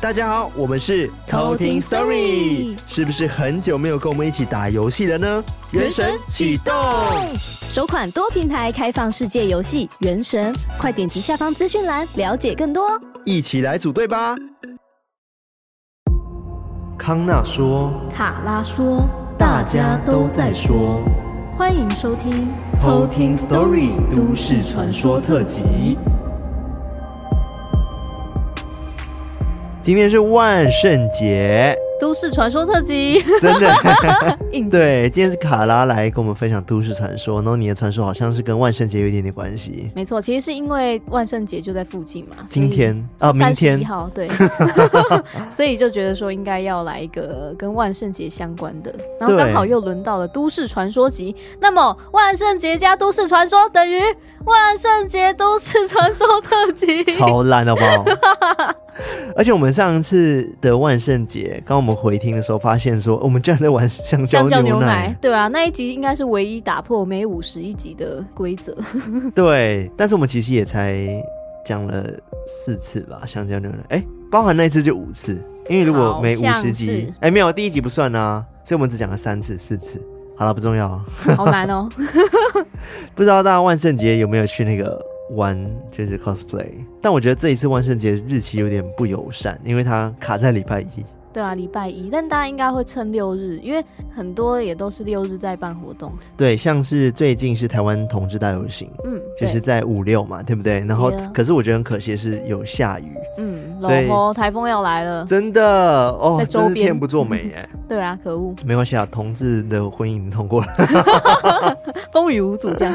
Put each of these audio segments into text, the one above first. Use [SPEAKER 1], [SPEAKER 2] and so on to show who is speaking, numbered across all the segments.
[SPEAKER 1] 大家好，我们是
[SPEAKER 2] 偷听 Story
[SPEAKER 1] 是不是很久没有跟我们一起打游戏了呢？原神启动，
[SPEAKER 2] 首款多平台开放世界游戏《原神》，快点击下方资讯栏了解更多哦。
[SPEAKER 1] 一起来组队吧。康纳说，
[SPEAKER 2] 卡拉说，
[SPEAKER 1] 大家都在说，
[SPEAKER 2] 欢迎收听
[SPEAKER 1] 偷听 Story 都市传说 特辑。今天是万圣节，
[SPEAKER 2] 都市传说特 辑，
[SPEAKER 1] 真 的。
[SPEAKER 2] 应景
[SPEAKER 1] 对，今天是卡拉来跟我们分享都市传说，然后你的传说好像是跟万圣节有一点点关系。
[SPEAKER 2] 没错，其实是因为万圣节就在附近嘛。
[SPEAKER 1] 今天啊，明
[SPEAKER 2] 三十一
[SPEAKER 1] 天
[SPEAKER 2] 号 对，所以就觉得说应该要来一个跟万圣节相关的，然后
[SPEAKER 1] 对
[SPEAKER 2] 刚好又轮到了都市传说集。那么万圣节加都市传说等于万圣节都市传说特 辑。
[SPEAKER 1] 超烂好不好？而且我们上次的万圣节，刚我们回听的时候，发现说我们居然在玩香蕉
[SPEAKER 2] 香蕉
[SPEAKER 1] 牛
[SPEAKER 2] 牛奶，对啊，那一集应该是唯一打破每五十一集的规则。
[SPEAKER 1] 对，但是我们其实也才讲了四次吧，香蕉牛奶。哎、包含那一次就五次，因为如果
[SPEAKER 2] 好
[SPEAKER 1] 每五
[SPEAKER 2] 像
[SPEAKER 1] 十集
[SPEAKER 2] 是，
[SPEAKER 1] 哎、没有第一集不算啊，所以我们只讲了三次、四次。好了，不重要。
[SPEAKER 2] 好难哦。
[SPEAKER 1] 不知道大家万圣节有没有去那个玩，就是 cosplay？但我觉得这一次万圣节日期有点不友善，因为它卡在礼拜一。
[SPEAKER 2] 对啊，礼拜一，但大家应该会趁六日，因为很多也都是六日在办活动。
[SPEAKER 1] 对，像是最近是台湾同志大游行，
[SPEAKER 2] 嗯，
[SPEAKER 1] 就是
[SPEAKER 2] 对啊
[SPEAKER 1] 在五六嘛，对不对？然后
[SPEAKER 2] Yeah
[SPEAKER 1] 可是我觉得很可惜的是有下雨，
[SPEAKER 2] 嗯，
[SPEAKER 1] 所以
[SPEAKER 2] 老侯台风要来了。
[SPEAKER 1] 真的哦
[SPEAKER 2] 在，周
[SPEAKER 1] 真
[SPEAKER 2] 边
[SPEAKER 1] 是天不作美哎。
[SPEAKER 2] 对啊，可恶，
[SPEAKER 1] 没关系啊，同志的婚姻已经通过了。
[SPEAKER 2] 风雨无阻这样。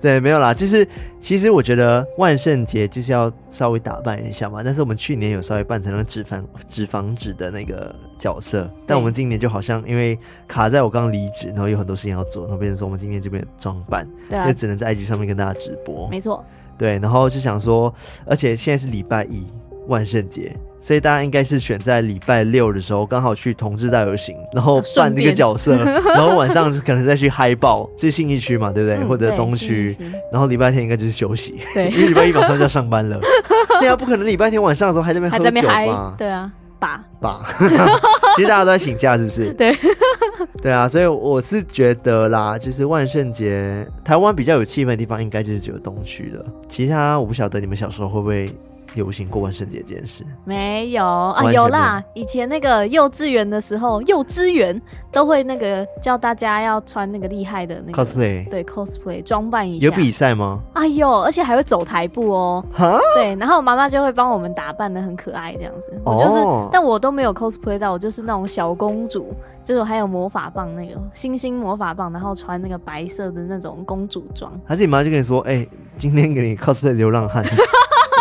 [SPEAKER 1] 对，没有啦，就是其实我觉得万圣节就是要稍微打扮一下嘛，但是我们去年有稍微扮成那个纸房纸房纸的那个角色，但我们今年就好像因为卡在我刚离职，然后有很多事情要做，然后变成说我们今年就没有装扮，
[SPEAKER 2] 对
[SPEAKER 1] 就
[SPEAKER 2] 啊，
[SPEAKER 1] 只能在 IG 上面跟大家直播。
[SPEAKER 2] 没错，
[SPEAKER 1] 对，然后就想说，而且现在是礼拜一，万圣节。所以大家应该是选在礼拜六的时候，刚好去同志大游行，然后扮
[SPEAKER 2] 啊顺便
[SPEAKER 1] 那个角 色，然后晚上可能再去嗨爆，就是信义区嘛，对不对？
[SPEAKER 2] 嗯
[SPEAKER 1] 或者
[SPEAKER 2] 对
[SPEAKER 1] 东
[SPEAKER 2] 信
[SPEAKER 1] 区
[SPEAKER 2] 义，区
[SPEAKER 1] 然后礼拜天应该就是休息，
[SPEAKER 2] 对
[SPEAKER 1] 因为礼拜一晚上就要上班了。 对啊，不可能礼拜天晚上的时候还在那
[SPEAKER 2] 还
[SPEAKER 1] 边
[SPEAKER 2] 在
[SPEAKER 1] 喝
[SPEAKER 2] 那
[SPEAKER 1] 酒
[SPEAKER 2] 边嗨
[SPEAKER 1] 嘛，，
[SPEAKER 2] 对啊，吧，
[SPEAKER 1] 吧？ 其实大家都在请假，是不是？
[SPEAKER 2] 对，
[SPEAKER 1] 对啊，所以我是觉得啦，就是万圣节台湾比较有气氛的地方，应该就是只有东区了。其他我不晓得你们小时候会不会流行过万圣节这件事。
[SPEAKER 2] 没有啊，
[SPEAKER 1] 完全
[SPEAKER 2] 有啦，以前那个幼稚园的时候，幼稚园都会那个叫大家要穿那个厉害的那个
[SPEAKER 1] cosplay
[SPEAKER 2] 对 cosplay 装扮一下，
[SPEAKER 1] 有比啊赛吗？
[SPEAKER 2] 哎呦，而且还会走台步哦。
[SPEAKER 1] 哈，
[SPEAKER 2] 对，然后我妈妈就会帮我们打扮的很可爱这样子。我就是，
[SPEAKER 1] 哦
[SPEAKER 2] 但我都没有 cosplay 到，我就是那种小公主，就是我还有魔法棒那个星星魔法棒，然后穿那个白色的那种公主 装。
[SPEAKER 1] 还是你妈就跟你说，哎、今天给你 cosplay 流浪汉，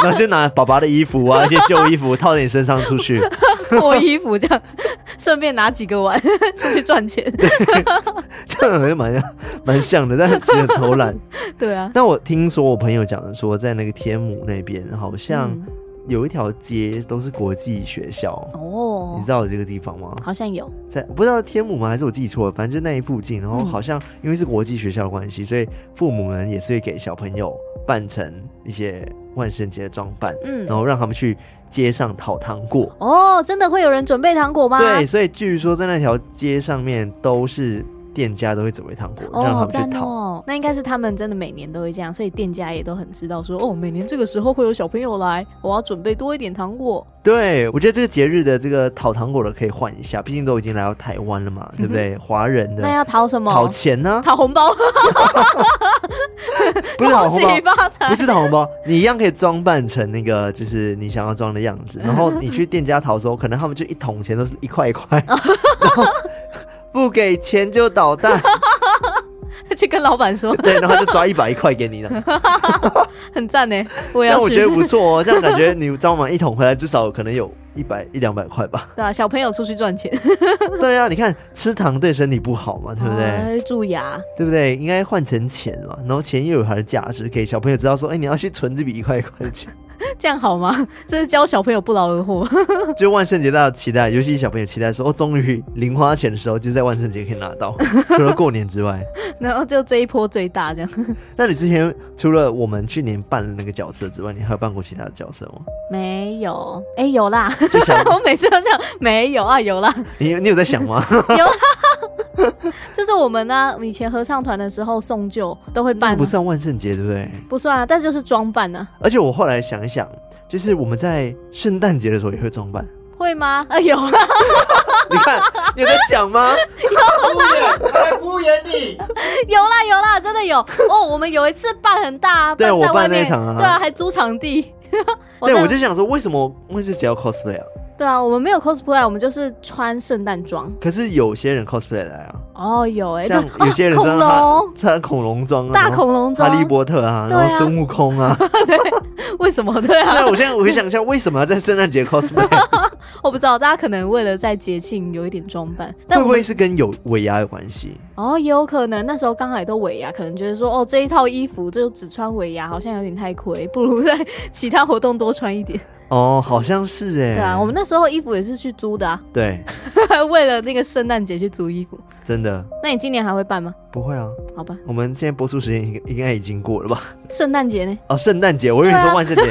[SPEAKER 1] 然后就拿爸爸的衣服啊，一些旧衣服套在你身上出去。
[SPEAKER 2] 破衣服这样，顺便拿几个玩 出去 赚钱。
[SPEAKER 1] 这样好像蛮像蛮像的，但是其实很偷懒。
[SPEAKER 2] 对 啊，
[SPEAKER 1] 但我听说我朋友讲的说，在那个天母那边好像
[SPEAKER 2] 嗯
[SPEAKER 1] 有一条街都是国际学校，
[SPEAKER 2] 哦
[SPEAKER 1] 你知，道有这个地方吗？
[SPEAKER 2] 好像有，
[SPEAKER 1] 在我不知道天母吗？还是我记错了？反正就那一附近，然后
[SPEAKER 2] 嗯
[SPEAKER 1] 好像因为是国际学校的关系，所以父母们也是会给小朋友扮成一些万圣节的装扮，
[SPEAKER 2] 嗯
[SPEAKER 1] 然，后让他们去街上讨糖果。
[SPEAKER 2] 哦，真的会有人准备糖果吗？
[SPEAKER 1] 对，，所以据说在那条街上面都是店家都会准备糖果，让他
[SPEAKER 2] 哦，
[SPEAKER 1] 们
[SPEAKER 2] 赞
[SPEAKER 1] 去讨。
[SPEAKER 2] 哦，那应该是他们真的每年都会这样，所以店家也都很知道说，哦，每年这个时候会有小朋友来，我要准备多一点糖果。
[SPEAKER 1] 对，我觉得这个节日的这个讨糖果的可以换一下，毕竟都已经来到台湾了嘛，对不对？华人
[SPEAKER 2] 嗯那
[SPEAKER 1] 的
[SPEAKER 2] 要讨什么？
[SPEAKER 1] 讨钱呢、
[SPEAKER 2] 讨红包，
[SPEAKER 1] 不是讨红包
[SPEAKER 2] 喜，发财
[SPEAKER 1] 不。是讨红包，你一样可以装扮成那个就是你想要装的样子，然后你去店家讨的时候，可能他们就一桶钱都是一块一块，然后不给钱就捣蛋，
[SPEAKER 2] 去跟老板说，
[SPEAKER 1] 对，然后就抓一百一块给你了。
[SPEAKER 2] 很赞呢，我
[SPEAKER 1] 这
[SPEAKER 2] 也
[SPEAKER 1] 样
[SPEAKER 2] 要
[SPEAKER 1] 我
[SPEAKER 2] 去。
[SPEAKER 1] 觉得不错哦，这样感觉你装满一桶回来，至少可能有一百一两百块吧。
[SPEAKER 2] 对啊，小朋友出去赚钱，
[SPEAKER 1] 对啊，你看吃糖对身体不好嘛， 对不对？
[SPEAKER 2] 哦蛀牙，
[SPEAKER 1] 对不对？应该换成钱嘛，然后钱又有它的价值，给小朋友知道说，哎，你要去存这笔一块一块的钱。
[SPEAKER 2] 这样好吗？ 这是教小朋友不劳而获。
[SPEAKER 1] 就万圣节大家期待，尤其小朋友期待说，哦，终于零花钱的时候就在万圣节可以拿到，除了过年之外。
[SPEAKER 2] 然后就这一波最大这样。
[SPEAKER 1] 那你之前除了我们去年扮的那个角色之外，你还有扮过其他的角色吗？
[SPEAKER 2] 没有，哎、有啦，
[SPEAKER 1] 就想
[SPEAKER 2] 我每次都这样，没有啊，有啦，
[SPEAKER 1] 你你有在想吗？
[SPEAKER 2] 有啦。 就是我们呢、啊以前合唱团的时候送旧都会办、啊
[SPEAKER 1] 不啊算万圣节，对不对？
[SPEAKER 2] 不算啊，但就是装扮呢、
[SPEAKER 1] 而且我后来想一想，就是我们在圣诞节的时候也会装扮。
[SPEAKER 2] 啊，会吗？啊，有啊，
[SPEAKER 1] 你看，你有在想吗？敷衍，还敷衍你。
[SPEAKER 2] 有啦，有啦，真的有哦。我们有一次办很大、啊，
[SPEAKER 1] 对
[SPEAKER 2] 办在
[SPEAKER 1] 我
[SPEAKER 2] 外
[SPEAKER 1] 办那
[SPEAKER 2] 面，
[SPEAKER 1] 场啊
[SPEAKER 2] 对啊，还租场地。
[SPEAKER 1] 对，
[SPEAKER 2] 真
[SPEAKER 1] 我
[SPEAKER 2] 的
[SPEAKER 1] 就想说，为什么万圣节要 cosplay 啊？
[SPEAKER 2] 对啊，我们没有 cosplay，我们就是穿圣诞装。
[SPEAKER 1] 可是有些人 cosplay 来啊，
[SPEAKER 2] 哦，有哎、欸，
[SPEAKER 1] 像
[SPEAKER 2] 对
[SPEAKER 1] 有些人
[SPEAKER 2] 哦、
[SPEAKER 1] 穿
[SPEAKER 2] 恐
[SPEAKER 1] 哈
[SPEAKER 2] 龙
[SPEAKER 1] 穿恐龙装啊，
[SPEAKER 2] 大
[SPEAKER 1] 然后
[SPEAKER 2] 恐龙
[SPEAKER 1] 哈
[SPEAKER 2] 装，
[SPEAKER 1] 利波特啊，
[SPEAKER 2] 对啊
[SPEAKER 1] 然后孙悟空 啊。
[SPEAKER 2] 为什么？对啊，
[SPEAKER 1] 那我现在回想一下，为什么要在圣诞节 cosplay？
[SPEAKER 2] 我不知道，大家可能为了在节庆有一点装扮， 但
[SPEAKER 1] 会
[SPEAKER 2] 我
[SPEAKER 1] 不
[SPEAKER 2] 们
[SPEAKER 1] 会是跟有尾牙有关系？
[SPEAKER 2] 哦，也有可能那时候刚好也都尾牙，可能觉得说哦这一套衣服就只穿尾牙好像有点太亏，不如在其他活动多 穿一点。
[SPEAKER 1] 哦，好像是哎。
[SPEAKER 2] 对啊，我们那时候衣服也是去租的啊，
[SPEAKER 1] 对，
[SPEAKER 2] 为了那个圣诞节去租衣服。
[SPEAKER 1] 真的
[SPEAKER 2] 那你今年还会办吗？
[SPEAKER 1] 不会啊。
[SPEAKER 2] 好吧，
[SPEAKER 1] 我们现在播出时间应该应该已经过了吧？
[SPEAKER 2] 圣诞节呢？
[SPEAKER 1] 哦，圣诞节，我以为你
[SPEAKER 2] 对啊
[SPEAKER 1] 说万圣节。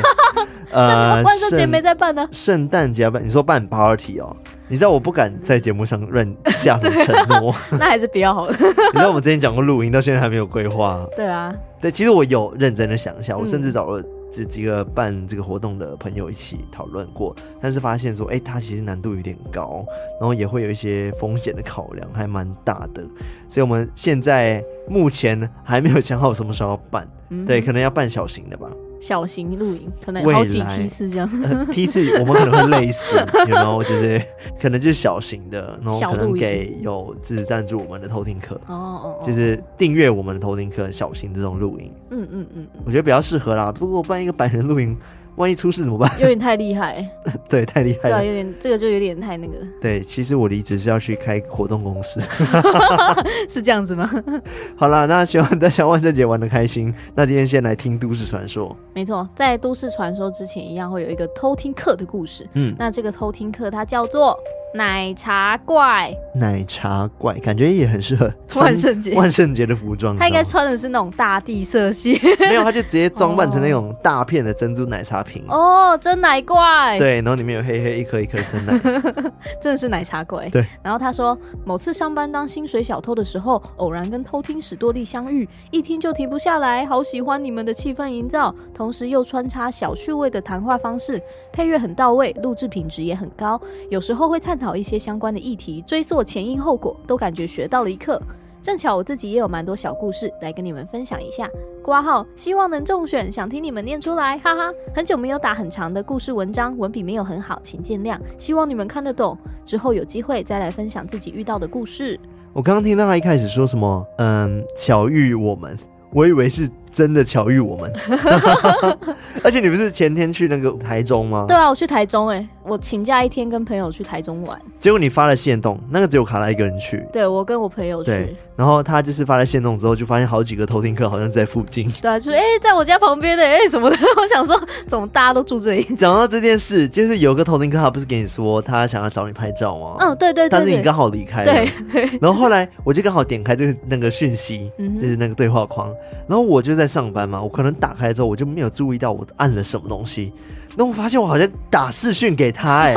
[SPEAKER 2] 圣哦万圣节
[SPEAKER 1] 呃圣
[SPEAKER 2] 没在办呢、
[SPEAKER 1] 圣诞节办，你说办 party 哦？你知道我不敢在节目上乱下什么承诺。
[SPEAKER 2] 那还是比较好了。
[SPEAKER 1] 你知道我们之前讲过露营，到现在还没有规划。
[SPEAKER 2] 对啊，
[SPEAKER 1] 对，其实我有认真的想一下，我
[SPEAKER 2] 嗯
[SPEAKER 1] 甚至找了这几个办这个活动的朋友一起讨论过，但是发现说，哎，它其实难度有点高，然后也会有一些风险的考量，还蛮大的。所以我们现在目前还没有想好什么时候办，
[SPEAKER 2] 嗯，
[SPEAKER 1] 对，，可能要办小型的吧。
[SPEAKER 2] 小型露营可能
[SPEAKER 1] 未
[SPEAKER 2] 好几
[SPEAKER 1] 来
[SPEAKER 2] 批次这样。
[SPEAKER 1] 呃第一次我们可能会类似，然后就是可能就是小型的，然后
[SPEAKER 2] 小
[SPEAKER 1] 可能
[SPEAKER 2] 露营
[SPEAKER 1] 给有自赞助我们的偷听课，
[SPEAKER 2] 哦哦哦，
[SPEAKER 1] 就是订阅我们的偷听课，小型这种露营，
[SPEAKER 2] 嗯嗯嗯嗯，
[SPEAKER 1] 我觉得比较适合啦。如果办一个百人露营， 万一出事怎么办？
[SPEAKER 2] 有点太厉害，
[SPEAKER 1] 对，太厉害
[SPEAKER 2] 对啊，
[SPEAKER 1] 了。
[SPEAKER 2] 有点这个就有点太那个了，
[SPEAKER 1] 对，其实我离职是要去开活动公司。
[SPEAKER 2] 是这样子吗？
[SPEAKER 1] 好啦，那希望大家万圣节玩的开心。那今天先来听都市传说，
[SPEAKER 2] 没错，在都市传说之前，一样会有一个偷听课的故事。
[SPEAKER 1] 嗯，
[SPEAKER 2] 那这个偷听课它叫做奶茶怪，
[SPEAKER 1] 奶茶怪感觉也很适合穿
[SPEAKER 2] 万圣节。
[SPEAKER 1] 万圣节的服装，
[SPEAKER 2] 他应该
[SPEAKER 1] 你知道
[SPEAKER 2] 穿的是那种大地 色系
[SPEAKER 1] 吗没有，他就直接装扮成那种大片的珍珠奶茶瓶。
[SPEAKER 2] 哦，真奶怪，
[SPEAKER 1] 对，然后里面有黑黑一颗一颗真 奶，
[SPEAKER 2] 真的是奶茶怪。
[SPEAKER 1] 对。
[SPEAKER 2] 然后他说，某次上班当薪水小偷的时候，偶然跟偷听史多利相遇，一听就停不下来，好喜欢你们的气氛营造，同时又穿插小趣味的谈话方式，配乐很到位，录制品质也很高，有时候会探讨一些相关的议题，追溯前因后果，都感觉学到了一课。正巧我自己也有蛮多小故事来跟你们分享一下。挂号，希望能中选，想听你们念出来，哈哈。很久没有打很长的故事文章，文笔没有很好，请见谅。希望你们看得懂，之后有机会再来分享自己遇到的故事。
[SPEAKER 1] 我刚刚听到他一开始说什么，嗯，巧遇我们，我以为是真的巧遇我 们。而且你不是前天去那个台中吗？
[SPEAKER 2] 对。啊，我去台中、欸，我请假一天跟朋友去台中玩。
[SPEAKER 1] 结果你发了线动，那个只有卡拉一个人去。
[SPEAKER 2] 对，我跟我朋友去，
[SPEAKER 1] 对
[SPEAKER 2] 对，
[SPEAKER 1] 然后他就是发了线动之后，就发现好几个偷听客好像在附近。
[SPEAKER 2] 啊，就是哎、欸在我家旁边的哎、欸什 么的，我想说，怎么大家都住这里？
[SPEAKER 1] 讲到这件事，就是有个偷听客，他不是跟你说他想要找你拍照吗？
[SPEAKER 2] 嗯，对对对对，
[SPEAKER 1] 哦但是你刚好离开了。
[SPEAKER 2] 对对，
[SPEAKER 1] 然后后来我就刚好点开这个那个讯息，
[SPEAKER 2] 嗯哼
[SPEAKER 1] 就是那个对话框，然后我就在上班嘛，我可能打开之后我就没有注意到我按了什么东西，那我发现我好像打视讯给他、 哎，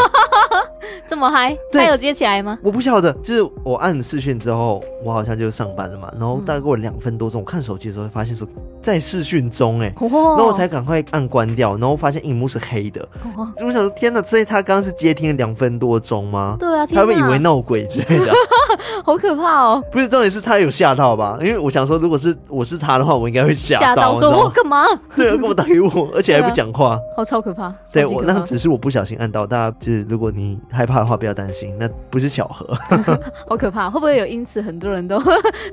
[SPEAKER 2] 这么嗨，
[SPEAKER 1] 对
[SPEAKER 2] 他有接起来 吗？
[SPEAKER 1] 我不晓得，就是我按了视讯之后，我好像就上班了嘛，
[SPEAKER 2] 嗯
[SPEAKER 1] 然后大概过了两分多钟，我看手机的时候发现说在视讯中、哎。
[SPEAKER 2] 哦
[SPEAKER 1] 然后我才赶快按关掉，然后发现荧幕是黑的。
[SPEAKER 2] 哦
[SPEAKER 1] 我想说，天哪！所以他刚刚是接听了两分多钟吗？
[SPEAKER 2] 对啊，
[SPEAKER 1] 他会不会
[SPEAKER 2] 天
[SPEAKER 1] 以
[SPEAKER 2] 哪
[SPEAKER 1] 为闹鬼之类的？啊
[SPEAKER 2] 好可怕哦。
[SPEAKER 1] 不是重点是他有吓到吧？因为我想说，如果是我是他的话，我应该会吓
[SPEAKER 2] 吓到
[SPEAKER 1] 你知
[SPEAKER 2] 说：“
[SPEAKER 1] 道
[SPEAKER 2] 我
[SPEAKER 1] 吗？
[SPEAKER 2] 干嘛
[SPEAKER 1] 对，要跟我打给我，而且还不讲话。？”
[SPEAKER 2] 好超可怕，啊超
[SPEAKER 1] 对
[SPEAKER 2] 级
[SPEAKER 1] 我，
[SPEAKER 2] 可
[SPEAKER 1] 那
[SPEAKER 2] 怕，
[SPEAKER 1] 只是我不小心按到，大家就是如果你害怕的话，不要担心，那不是巧合。
[SPEAKER 2] 好可怕！会不会有因此很多人都，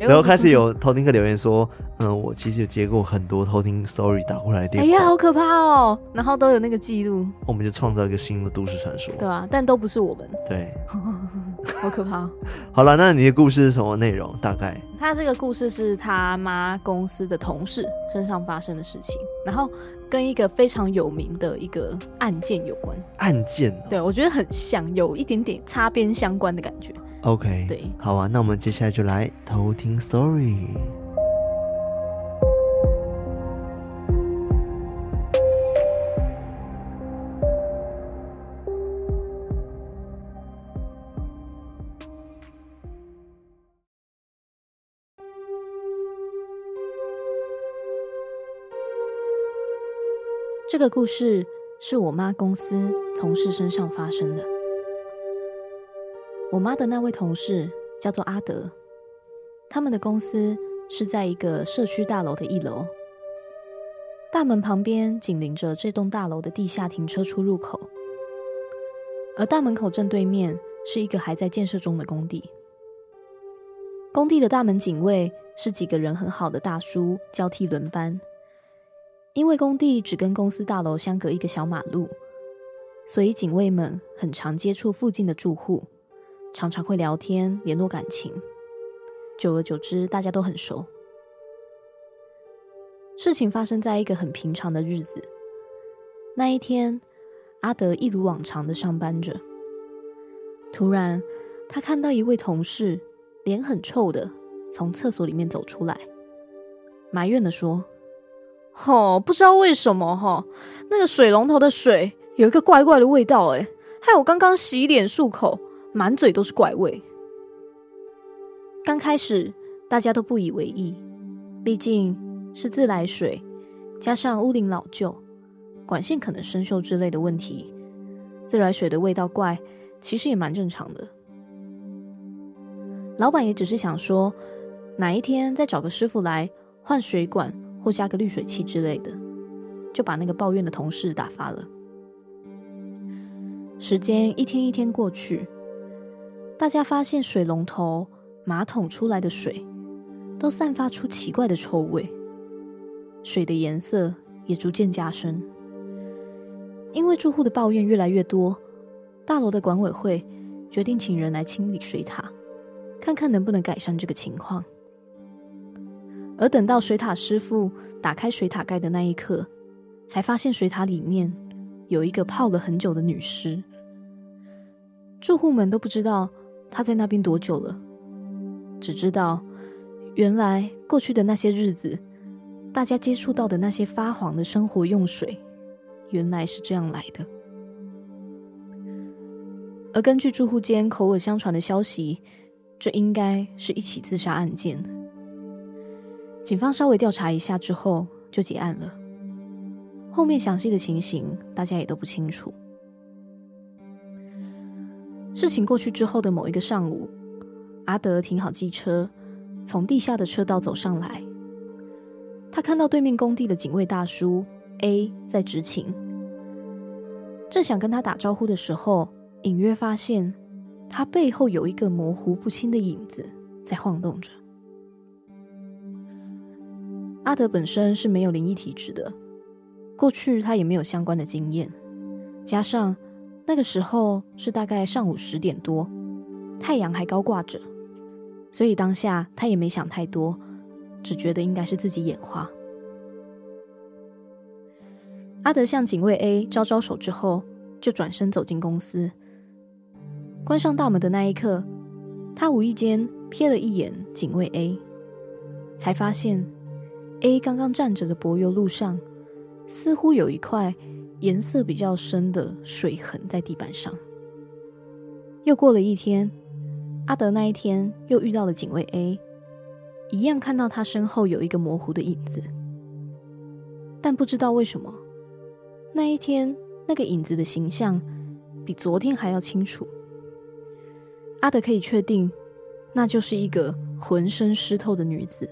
[SPEAKER 1] 然后开始有偷听客留言说，嗯，我其实有接过很多偷听 story 打过来的电
[SPEAKER 2] 哎
[SPEAKER 1] 话，
[SPEAKER 2] 呀，好可怕哦！然后都有那个记录，
[SPEAKER 1] 我们就创造一个新的都市传说。
[SPEAKER 2] 对啊，但都不是我们，
[SPEAKER 1] 对，
[SPEAKER 2] 好可怕、哦。
[SPEAKER 1] 好了，那你的故事是什么内容？大概
[SPEAKER 2] 他这个故事是他妈公司的同事身上发生的事情，然后跟一个非常有名的一个案件有关。
[SPEAKER 1] 案件哦
[SPEAKER 2] 对我觉得很像，有一点点擦边相关的感觉。
[SPEAKER 1] ，OK，
[SPEAKER 2] 对，
[SPEAKER 1] 好啊，那我们接下来就来偷听 story。
[SPEAKER 2] 这个故事是我妈公司同事身上发生的。我妈的那位同事叫做阿德，他们的公司是在一个社区大楼的一楼，大门旁边紧邻着这栋大楼的地下停车出入口，而大门口正对面是一个还在建设中的工地。工地的大门警卫是几个人很好的大叔交替轮班，因为工地只跟公司大楼相隔一个小马路，所以警卫们很常接触附近的住户，常常会聊天联络感情。久而久之，大家都很熟。事情发生在一个很平常的日子。那一天，阿德一如往常的上班着。突然，他看到一位同事脸很臭的从厕所里面走出来，埋怨的说：“吼、哦不知道为什么吼、那个水龙头的水有一个怪怪的味道，诶，害我刚刚洗脸漱口，满嘴都是怪味。刚开始大家都不以为意，毕竟是自来水，加上屋龄老旧，管线可能生锈之类的问题，自来水的味道怪，其实也蛮正常的。老板也只是想说，哪一天再找个师傅来换水管或加个滤水器之类的，就把那个抱怨的同事打发了。时间一天一天过去，大家发现水龙头、马桶出来的水都散发出奇怪的臭味，水的颜色也逐渐加深。因为住户的抱怨越来越多，大楼的管委会决定请人来清理水塔，看看能不能改善这个情况。而等到水塔师傅打开水塔盖的那一刻，才发现水塔里面有一个泡了很久的女尸。住户们都不知道她在那边多久了，只知道原来过去的那些日子，大家接触到的那些发黄的生活用水，原来是这样来的。而根据住户间口耳相传的消息，这应该是一起自杀案件。警方稍微调查一下之后就结案了。后面详细的情形大家也都不清楚。事情过去之后的某一个上午，阿德停好机车，从地下的车道走上来。他看到对面工地的警卫大叔 A 在执勤，正想跟他打招呼的时候，隐约发现他背后有一个模糊不清的影子在晃动着。阿德本身是没有灵异体质的，过去他也没有相关的经验，加上那个时候是大概上午十点多，太阳还高挂着，所以当下他也没想太多，只觉得应该是自己眼花。阿德向警卫 A 招招手之后，就转身走进公司。关上大门的那一刻，他无意间瞥了一眼警卫 A，才发现 A 刚刚站着的柏油路上似乎有一块颜色比较深的水痕在地板上。又过了一天，阿德那一天又遇到了警卫 A，一样看到他身后有一个模糊的影子，但不知道为什么，那一天那个影子的形象比昨天还要清楚。阿德可以确定，那就是一个浑身湿透的女子。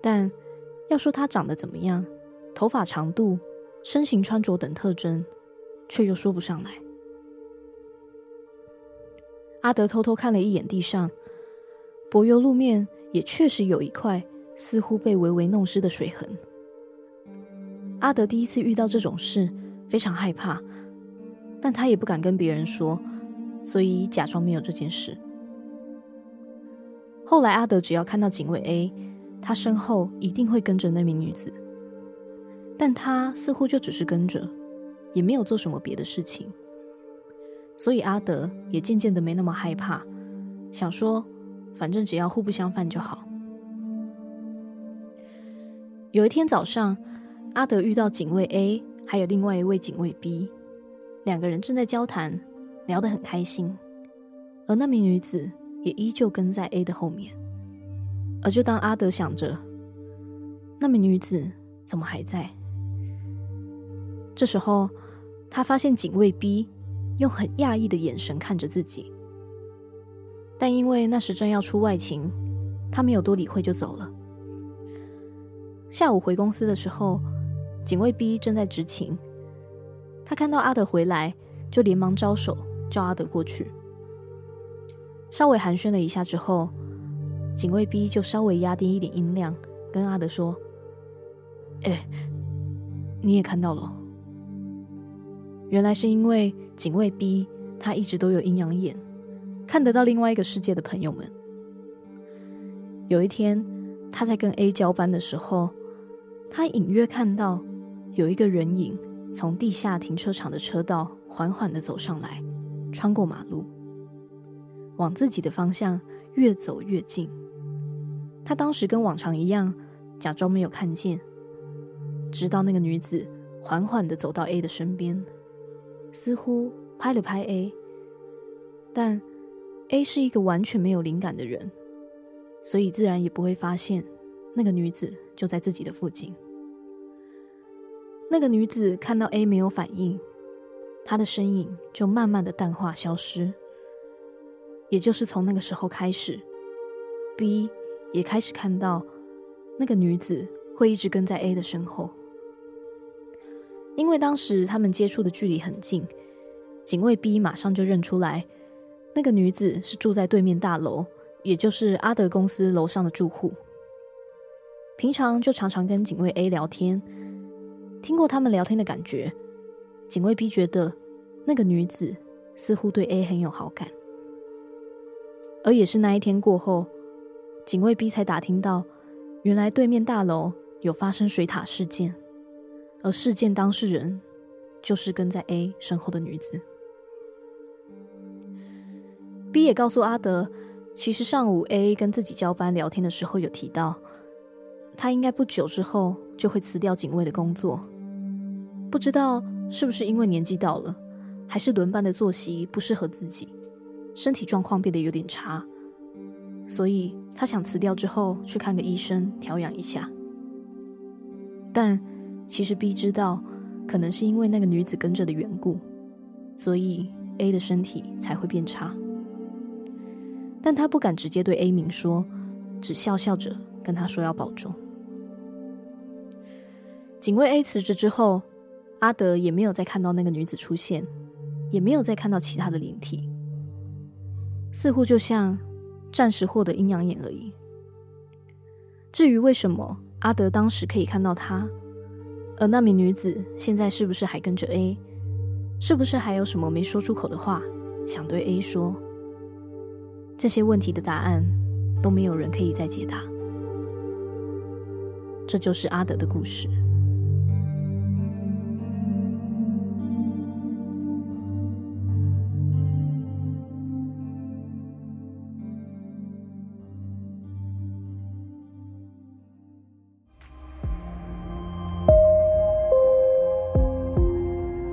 [SPEAKER 2] 但要说她长得怎么样，头发长度、身形穿着等特征，却又说不上来。阿德偷偷看了一眼地上，柏油路面也确实有一块似乎被微微弄湿的水痕。阿德第一次遇到这种事，非常害怕，但他也不敢跟别人说，所以假装没有这件事。后来，阿德只要看到警卫 A，他身后一定会跟着那名女子，但他似乎就只是跟着，也没有做什么别的事情，所以阿德也渐渐的没那么害怕，想说反正只要互不相犯就好。有一天早上，阿德遇到警卫 A，还有另外一位警卫 B，两个人正在交谈，聊得很开心，而那名女子。也依旧跟在 A 的后面，而就当阿德想着那名女子怎么还在，这时候他发现警卫 B 用很讶异的眼神看着自己，但因为那时正要出外勤，他没有多理会就走了。下午回公司的时候，警卫 B 正在执勤，他看到阿德回来，就连忙招手叫阿德过去。稍微寒暄了一下之后，警卫 B 就稍微压低一点音量，跟阿德说：“哎、欸，你也看到了，原来是因为警卫 B 他一直都有阴阳眼，看得到另外一个世界的朋友们。有一天，他在跟 A 交班的时候，他隐约看到有一个人影从地下停车场的车道缓缓的走上来，穿过马路。”往自己的方向越走越近，他当时跟往常一样，假装没有看见，直到那个女子缓缓的走到 A 的身边，似乎拍了拍 A，但 A 是一个完全没有灵感的人，所以自然也不会发现那个女子就在自己的附近。那个女子看到 A 没有反应，她的身影就慢慢的淡化消失。也就是从那个时候开始，B 也开始看到那个女子会一直跟在 A 的身后，因为当时他们接触的距离很近，警卫 B 马上就认出来，那个女子是住在对面大楼，也就是阿德公司楼上的住户。平常就常常跟警卫 A 聊天，听过他们聊天的感觉，警卫 B 觉得那个女子似乎对 A 很有好感。而也是那一天过后，警卫 B 才打听到，原来对面大楼有发生水塔事件，而事件当事人就是跟在 A 身后的女子。B 也告诉阿德，其实上午 A 跟自己交班聊天的时候有提到，他应该不久之后就会辞掉警卫的工作，不知道是不是因为年纪到了，还是轮班的作息不适合自己。身体状况变得有点差，所以他想辞掉之后去看个医生调养一下。但其实 B 知道，可能是因为那个女子跟着的缘故，所以 A 的身体才会变差。但他不敢直接对 A 明说，只笑笑着跟他说要保重。警卫 A 辞职之后，阿德也没有再看到那个女子出现，也没有再看到其他的灵体。似乎就像暂时获得阴阳眼而已。至于为什么阿德当时可以看到他，而那名女子现在是不是还跟着 A，是不是还有什么没说出口的话想对 A 说？这些问题的答案都没有人可以再解答。这就是阿德的故事。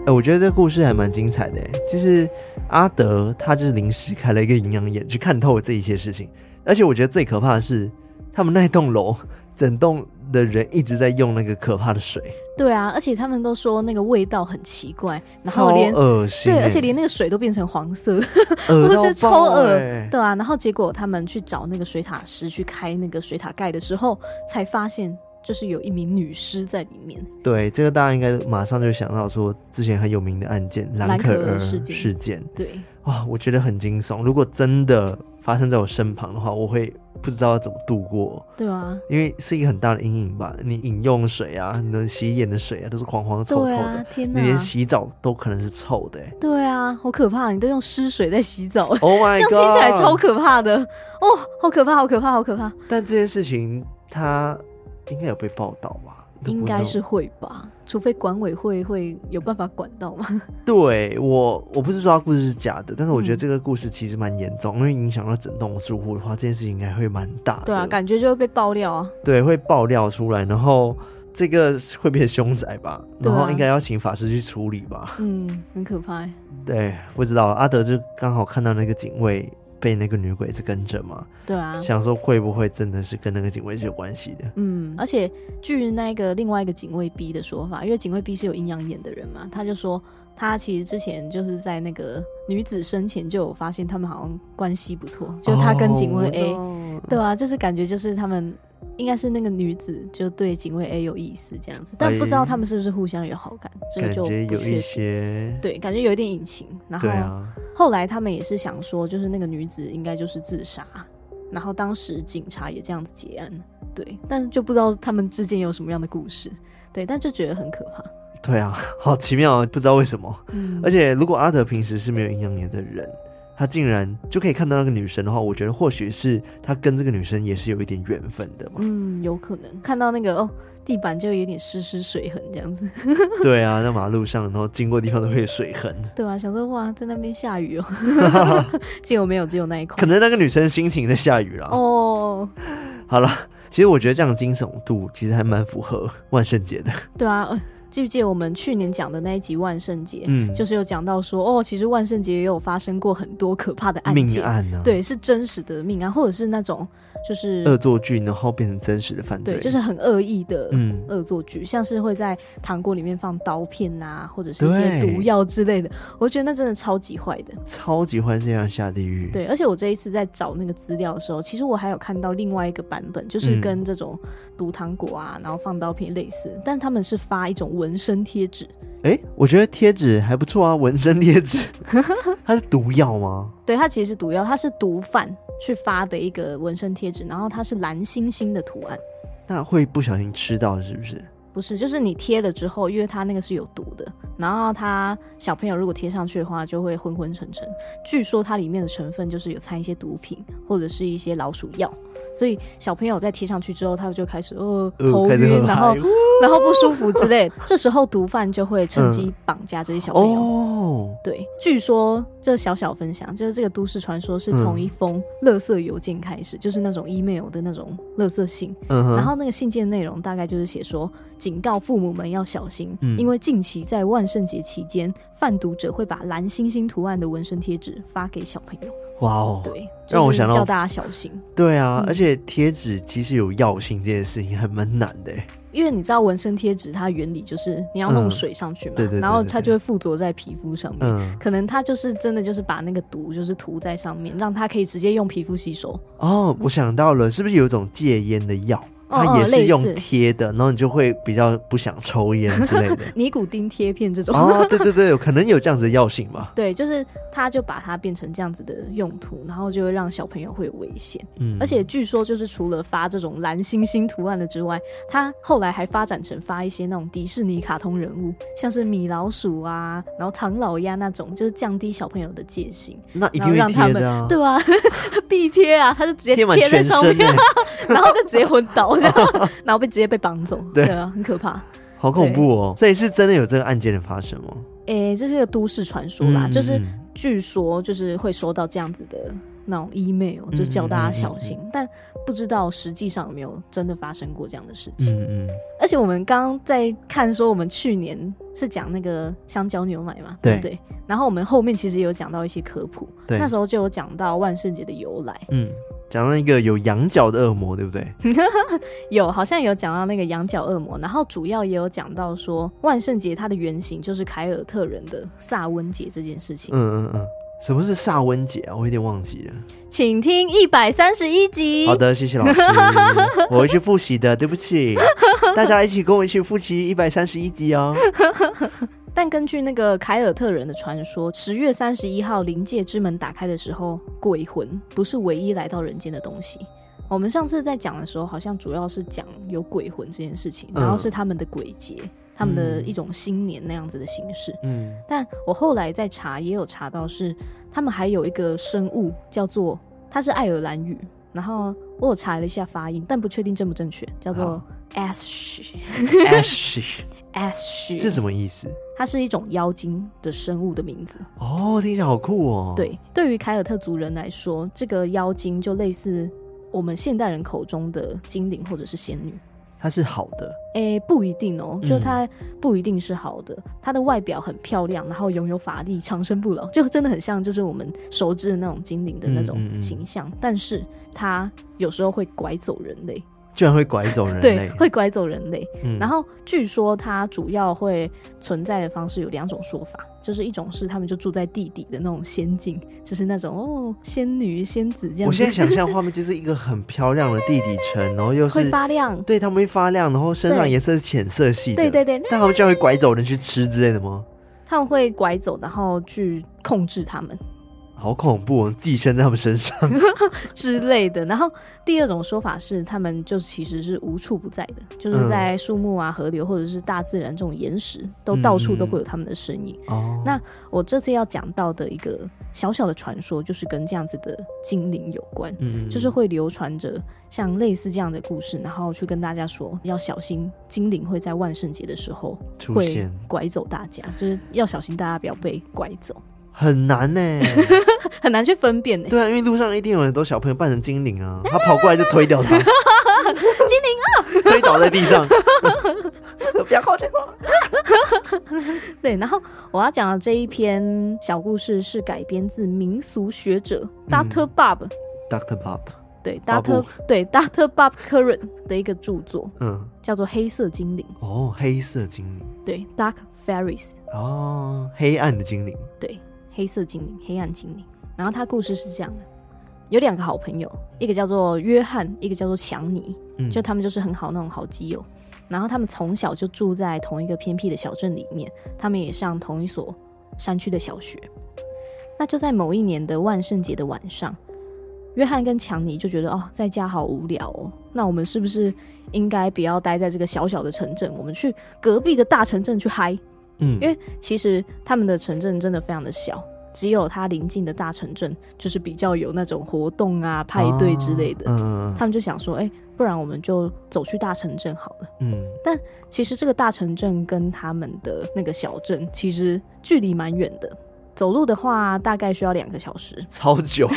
[SPEAKER 1] 哎、欸，我觉得这个故事还蛮精彩的。哎就是阿德，他就是临时开了一个营养眼，去看透了这一切事情。而且我觉得最可怕的是，他们那栋楼整栋的人一直在用那个可怕的水。
[SPEAKER 2] 对啊，而且他们都说那个味道很奇怪，然后连
[SPEAKER 1] 恶心、
[SPEAKER 2] 欸，对，而且连那个水都变成黄色，
[SPEAKER 1] 我
[SPEAKER 2] 觉得超恶、
[SPEAKER 1] 欸，
[SPEAKER 2] 对啊。然后结果他们去找那个水塔师去开那个水塔盖的时候，才发现。就是有一名女尸在里面。
[SPEAKER 1] 对，这个大家应该马上就想到说，之前很有名的案件兰
[SPEAKER 2] 可
[SPEAKER 1] 儿
[SPEAKER 2] 事
[SPEAKER 1] 件。事件
[SPEAKER 2] 对，
[SPEAKER 1] 哇，我觉得很惊悚。如果真的发生在我身旁的话，我会不知道要怎么度过，
[SPEAKER 2] 对啊，
[SPEAKER 1] 因为是一个很大的阴影吧。你饮用水啊，你的洗眼的水啊，都是黄黄臭
[SPEAKER 2] 对
[SPEAKER 1] 臭
[SPEAKER 2] 啊
[SPEAKER 1] 的，，
[SPEAKER 2] 天
[SPEAKER 1] 你连
[SPEAKER 2] 哪，
[SPEAKER 1] 洗澡都可能是臭的、欸。
[SPEAKER 2] 对啊，好可怕！你都用湿水在洗澡，
[SPEAKER 1] Oh my
[SPEAKER 2] 这
[SPEAKER 1] god！
[SPEAKER 2] 样听起来超可怕的哦，好可怕，好可怕，好可怕，
[SPEAKER 1] 但这件事情它应该有被报道吧？
[SPEAKER 2] 应该是会吧？除非管委会会有办法管到嘛？
[SPEAKER 1] 对我，我不是说他故事是假的，但是我觉得
[SPEAKER 2] 嗯
[SPEAKER 1] 这个故事其实蛮严重，因为影响到整栋住户的话，这件事情应该会蛮大的。
[SPEAKER 2] 对啊，感觉就会被爆料啊。
[SPEAKER 1] 对会爆料出来，然后这个会变凶宅吧，
[SPEAKER 2] 对
[SPEAKER 1] 然
[SPEAKER 2] 啊
[SPEAKER 1] 后应该要请法师去处理吧。
[SPEAKER 2] 嗯，很可怕欸。
[SPEAKER 1] 对，不知道阿德就刚好看到那个警卫被那个女鬼子跟着嘛，
[SPEAKER 2] 对啊，
[SPEAKER 1] 想说会不会真的是跟那个警卫是有关系的？
[SPEAKER 2] 嗯，而且据那个另外一个警卫 B 的说法，因为警卫 B 是有阴阳眼的人嘛，他就说他其实之前就是在那个女子生前就有发现他们好像关系不错，就他跟警卫 A，、
[SPEAKER 1] 哦
[SPEAKER 2] 对啊，就是感觉就是他们应该是那个女子就对警卫 A 有意思这样子，但不知道他们是不是互相有好感，这个
[SPEAKER 1] 哎感
[SPEAKER 2] 就
[SPEAKER 1] 觉
[SPEAKER 2] 不
[SPEAKER 1] 有
[SPEAKER 2] 确
[SPEAKER 1] 一
[SPEAKER 2] 定。
[SPEAKER 1] 些
[SPEAKER 2] 对，感觉有一点隐情。然后
[SPEAKER 1] 对啊，
[SPEAKER 2] 后来他们也是想说，就是那个女子应该就是自杀，然后当时警察也这样子结案，对，但是就不知道他们之间有什么样的故事，对，但就觉得很可怕。
[SPEAKER 1] 对啊， 好奇妙，不知道为什么。
[SPEAKER 2] 嗯
[SPEAKER 1] 而且如果阿德平时是没有阴阳眼的人，他竟然就可以看到那个女生的话，我觉得或许是他跟这个女生也是有一点缘分的 嘛。
[SPEAKER 2] 嗯，有可能看到那个哦，地板就有点湿湿水痕这样子，
[SPEAKER 1] 对啊，在马路上，然后经过的地方都会有水痕。
[SPEAKER 2] 对吧、想说哇，在那边下雨哦， 结果没有，只有那一块
[SPEAKER 1] 可。能那个女生心情在下雨啦。
[SPEAKER 2] 哦，
[SPEAKER 1] 好了，其实我觉得这样的惊悚度其实还蛮符合万圣节的。
[SPEAKER 2] 对啊，呃记不记得我们去年讲的那一集万圣节，
[SPEAKER 1] 嗯，
[SPEAKER 2] 就是有讲到说哦，其实万圣节也有发生过很多可怕的案
[SPEAKER 1] 命
[SPEAKER 2] 件，
[SPEAKER 1] 案呢、啊，，
[SPEAKER 2] 对，是真实的命案，或者是那种就是
[SPEAKER 1] 恶作剧，然后变成真实的犯罪，
[SPEAKER 2] 对，就是很恶意的
[SPEAKER 1] 嗯，
[SPEAKER 2] 恶作剧，像是会在糖果里面放刀片呐、或者是一些
[SPEAKER 1] 对嗯
[SPEAKER 2] 毒药之类的。我觉得那真的超级坏的。
[SPEAKER 1] 超级欢这样下地狱。，
[SPEAKER 2] 对，而且我这一次在找那个资料的时候，其实我还有看到另外一个版本，就是
[SPEAKER 1] 嗯
[SPEAKER 2] 跟这种毒糖果啊，然后放刀片类似，但他们是发一种纹身贴纸，
[SPEAKER 1] 哎，我觉得贴纸还不错啊，纹身贴 纸，它是毒药吗？
[SPEAKER 2] 对，它其实是毒药，它是毒贩去发的一个纹身贴纸，然后它是蓝星星的图案。
[SPEAKER 1] 那会不小心吃到是不是？
[SPEAKER 2] 不是，就是你贴了之后，因为它那个是有毒的，然后它小朋友如果贴上去的话，就会昏昏沉沉。据说它里面的成分就是有掺一些毒品或者是一些老鼠药，所以小朋友在贴上去之后，他们就开始呃
[SPEAKER 1] 呃
[SPEAKER 2] 头
[SPEAKER 1] 开始
[SPEAKER 2] 晕，
[SPEAKER 1] 很
[SPEAKER 2] 然后
[SPEAKER 1] 嗨
[SPEAKER 2] 然后不舒服 之类的。这时候毒贩就会趁机绑架这些小朋友。
[SPEAKER 1] 嗯哦，
[SPEAKER 2] 对，据说这小小分享，就是这个都市传说是从
[SPEAKER 1] 嗯
[SPEAKER 2] 一封垃圾邮件开始，就是那种 email 的那种垃圾信，
[SPEAKER 1] 嗯哼，
[SPEAKER 2] 然后那个信件内容大概就是写说，警告父母们要小心，
[SPEAKER 1] 嗯
[SPEAKER 2] 因为近期在万圣节期间，贩毒者会把蓝星星图案的纹身贴纸发给小朋友，
[SPEAKER 1] 哇哦，
[SPEAKER 2] 对，
[SPEAKER 1] 让
[SPEAKER 2] 就
[SPEAKER 1] 我
[SPEAKER 2] 是
[SPEAKER 1] 想到
[SPEAKER 2] 叫大家小心，
[SPEAKER 1] 对啊，
[SPEAKER 2] 嗯
[SPEAKER 1] 而且贴纸其实有药性这件事情还蛮难的欸，
[SPEAKER 2] 因为你知道纹身贴纸它原理就是你要弄
[SPEAKER 1] 嗯
[SPEAKER 2] 水上去嘛，
[SPEAKER 1] 对对对
[SPEAKER 2] 然后
[SPEAKER 1] 对
[SPEAKER 2] 它
[SPEAKER 1] 对
[SPEAKER 2] 就会附着在皮肤上面。
[SPEAKER 1] 嗯，
[SPEAKER 2] 可能它就是真的就是把那个毒就是涂在上面，让它可以直接用皮肤吸收。
[SPEAKER 1] 哦，我想到了，是不是有一种戒烟的药？
[SPEAKER 2] 哦
[SPEAKER 1] 它也
[SPEAKER 2] 类
[SPEAKER 1] 是
[SPEAKER 2] 似。
[SPEAKER 1] 用贴的，然后你就会比较不想抽烟之类的
[SPEAKER 2] 尼古丁贴片这种，
[SPEAKER 1] 哦，对对对，有可能有这样子的药性吧。
[SPEAKER 2] 对，就是它就把它变成这样子的用途，然后就会让小朋友会有危险。
[SPEAKER 1] 嗯，
[SPEAKER 2] 而且据说就是除了发这种蓝星星图案的之外，它后来还发展成发一些那种迪士尼卡通人物，像是米老鼠啊，然后唐老鸭那种，就是降低小朋友的戒心，
[SPEAKER 1] 那一
[SPEAKER 2] 然
[SPEAKER 1] 定
[SPEAKER 2] 后让
[SPEAKER 1] 会
[SPEAKER 2] 他
[SPEAKER 1] 贴
[SPEAKER 2] 们
[SPEAKER 1] 的啊，
[SPEAKER 2] 对啊， 必贴啊，他就直接
[SPEAKER 1] 贴满
[SPEAKER 2] 贴在
[SPEAKER 1] 全
[SPEAKER 2] 上
[SPEAKER 1] 身欸
[SPEAKER 2] 面，
[SPEAKER 1] 呢，
[SPEAKER 2] 然后就直接昏倒，这样，然后被直接被绑走，
[SPEAKER 1] 对
[SPEAKER 2] 对啊，很可怕。
[SPEAKER 1] 好恐怖 哦！所以是真的有这个案件的发生哦。
[SPEAKER 2] 诶，这是个都市传说啦，
[SPEAKER 1] 嗯
[SPEAKER 2] 就是
[SPEAKER 1] 嗯
[SPEAKER 2] 据说就是会收到这样子的那种 email，就叫大
[SPEAKER 1] 嗯
[SPEAKER 2] 家小心，但不知道实际上有没有真的发生过这样的事情。
[SPEAKER 1] 嗯嗯，
[SPEAKER 2] 而且我们刚刚在看说，我们去年是讲那个香蕉牛奶嘛，
[SPEAKER 1] 对
[SPEAKER 2] 不对？然后我们后面其实有讲到一些科普，
[SPEAKER 1] 对，
[SPEAKER 2] 那时候就有讲到万圣节的由来，
[SPEAKER 1] 嗯，讲到一个有羊角的恶魔，对不对？
[SPEAKER 2] 有好像有讲到那个羊角恶魔，然后主要也有讲到说万圣节它的原型就是凯尔特人的萨温节这件事情。
[SPEAKER 1] 嗯嗯嗯，什么是萨温节啊？我有点忘记了。
[SPEAKER 2] 请听一百三十一集。
[SPEAKER 1] 好的，谢谢老 师，我会去复习的，对不起，大家一起跟我一起复习一百三十一集哦。
[SPEAKER 2] 但根据那个凯尔特人的传说，十月三十一号临界之门打开的时候，鬼魂不是唯一来到人间的东西，我们上次在讲的时候，好像主要是讲有鬼魂这件事情，
[SPEAKER 1] 嗯
[SPEAKER 2] 然后是他们的鬼节，他们的
[SPEAKER 1] 嗯
[SPEAKER 2] 一种新年那样子的形式。
[SPEAKER 1] 嗯，
[SPEAKER 2] 但我后来在查，也有查到是他们还有一个生物叫做，它是爱尔兰语，然后我有查了一下发音，但不确定正不正确，叫做
[SPEAKER 1] 好
[SPEAKER 2] ash
[SPEAKER 1] ash
[SPEAKER 2] ash
[SPEAKER 1] 是什
[SPEAKER 2] 么？
[SPEAKER 1] 么意思？
[SPEAKER 2] 它是一种妖精的生物的名字。
[SPEAKER 1] 哦，听起来好酷哦。，
[SPEAKER 2] 对，对于凯尔特族人来说，这个妖精就类似我们现代人口中的精灵或者是仙女。
[SPEAKER 1] 它是好的，
[SPEAKER 2] 诶，不一定哦，
[SPEAKER 1] 嗯
[SPEAKER 2] 就它不一定是好的。它的外表很漂亮，然后拥有法力，长生不老， 就真的很像就是我们熟知的那种精灵的那种
[SPEAKER 1] 嗯嗯嗯
[SPEAKER 2] 形象。但是它有时候会拐走人类，
[SPEAKER 1] 居然会拐走人类
[SPEAKER 2] 对，。会拐走人类。
[SPEAKER 1] 嗯
[SPEAKER 2] 然后据说它主要会存在的方式有两种说法，就是一种是他们就住在地底的那种仙境，就是那种哦仙女仙子这样子，
[SPEAKER 1] 我现在想象画面就是一个很漂亮的地底城，然后又
[SPEAKER 2] 会
[SPEAKER 1] 是
[SPEAKER 2] 发亮，
[SPEAKER 1] 对他们会发亮，然后身上
[SPEAKER 2] 对
[SPEAKER 1] 颜色是浅色系的。
[SPEAKER 2] 对对对，
[SPEAKER 1] 但他们居然会拐走人去吃之类的吗？
[SPEAKER 2] 他们会拐走，然后去控制他们
[SPEAKER 1] 好恐怖、哦，寄生在他们身上。
[SPEAKER 2] 之类的。然后第二种说法是，他们就其实是无处不在的，就是
[SPEAKER 1] 嗯
[SPEAKER 2] 在树木啊、河流或者是大自然这种岩石，都
[SPEAKER 1] 嗯
[SPEAKER 2] 到处
[SPEAKER 1] 嗯
[SPEAKER 2] 都
[SPEAKER 1] 嗯
[SPEAKER 2] 会有他们的身影。
[SPEAKER 1] 哦，
[SPEAKER 2] 那我这次要讲到的一个小小的传说，就是跟这样子的精灵有关。
[SPEAKER 1] 嗯
[SPEAKER 2] 就是会流传着像类似这样的故事，然后去跟大家说要小心精灵会在万圣节的时候
[SPEAKER 1] 出
[SPEAKER 2] 会
[SPEAKER 1] 现
[SPEAKER 2] 拐走大家，就是要小心大家不要被拐走，
[SPEAKER 1] 很难呢、
[SPEAKER 2] 很难去分辨呢、
[SPEAKER 1] 对啊，因为路上一定有很多小朋友扮成精灵啊，他跑过来就推掉他，精灵啊，推倒在地 上，不要靠近我。
[SPEAKER 2] 对，然后我要讲的这一篇小故事是改编自民俗学者
[SPEAKER 1] 嗯
[SPEAKER 2] Dr. Bob，
[SPEAKER 1] Doctor Bob，
[SPEAKER 2] 对
[SPEAKER 1] 巴布
[SPEAKER 2] ，Dr. 对 Dr. Bob Curran 的一个著作
[SPEAKER 1] 嗯，
[SPEAKER 2] 叫做《黑色精灵
[SPEAKER 1] 哦，黑色精灵，》，
[SPEAKER 2] 对，Dark Fairies。
[SPEAKER 1] 哦，黑暗的精灵，
[SPEAKER 2] 对，黑色精灵，黑暗精灵。然后他故事是这样的：有两个好朋友，一个叫做约翰，一个叫做强尼，
[SPEAKER 1] 嗯，
[SPEAKER 2] 就他们就是很好那种好基友。然后他们从小就住在同一个偏僻的小镇里面，他们也上同一所山区的小学。那就在某一年的万圣节的晚上，约翰跟强尼就觉得哦，在家好无聊哦，那我们是不是应该不要待在这个小小的城镇，我们去隔壁的大城镇去嗨？
[SPEAKER 1] 嗯，
[SPEAKER 2] 因为其实他们的城镇真的非常的小，只有它邻近的大城镇就是比较有那种活动啊、派对之类的。
[SPEAKER 1] 哦
[SPEAKER 2] 他们就想说，哎、不然我们就走去大城镇好了。
[SPEAKER 1] 嗯嗯
[SPEAKER 2] 其实这个大城镇跟他们的那个小镇其实距离蛮远的，走路的话大概需要两个小时。
[SPEAKER 1] 嗯，超 久，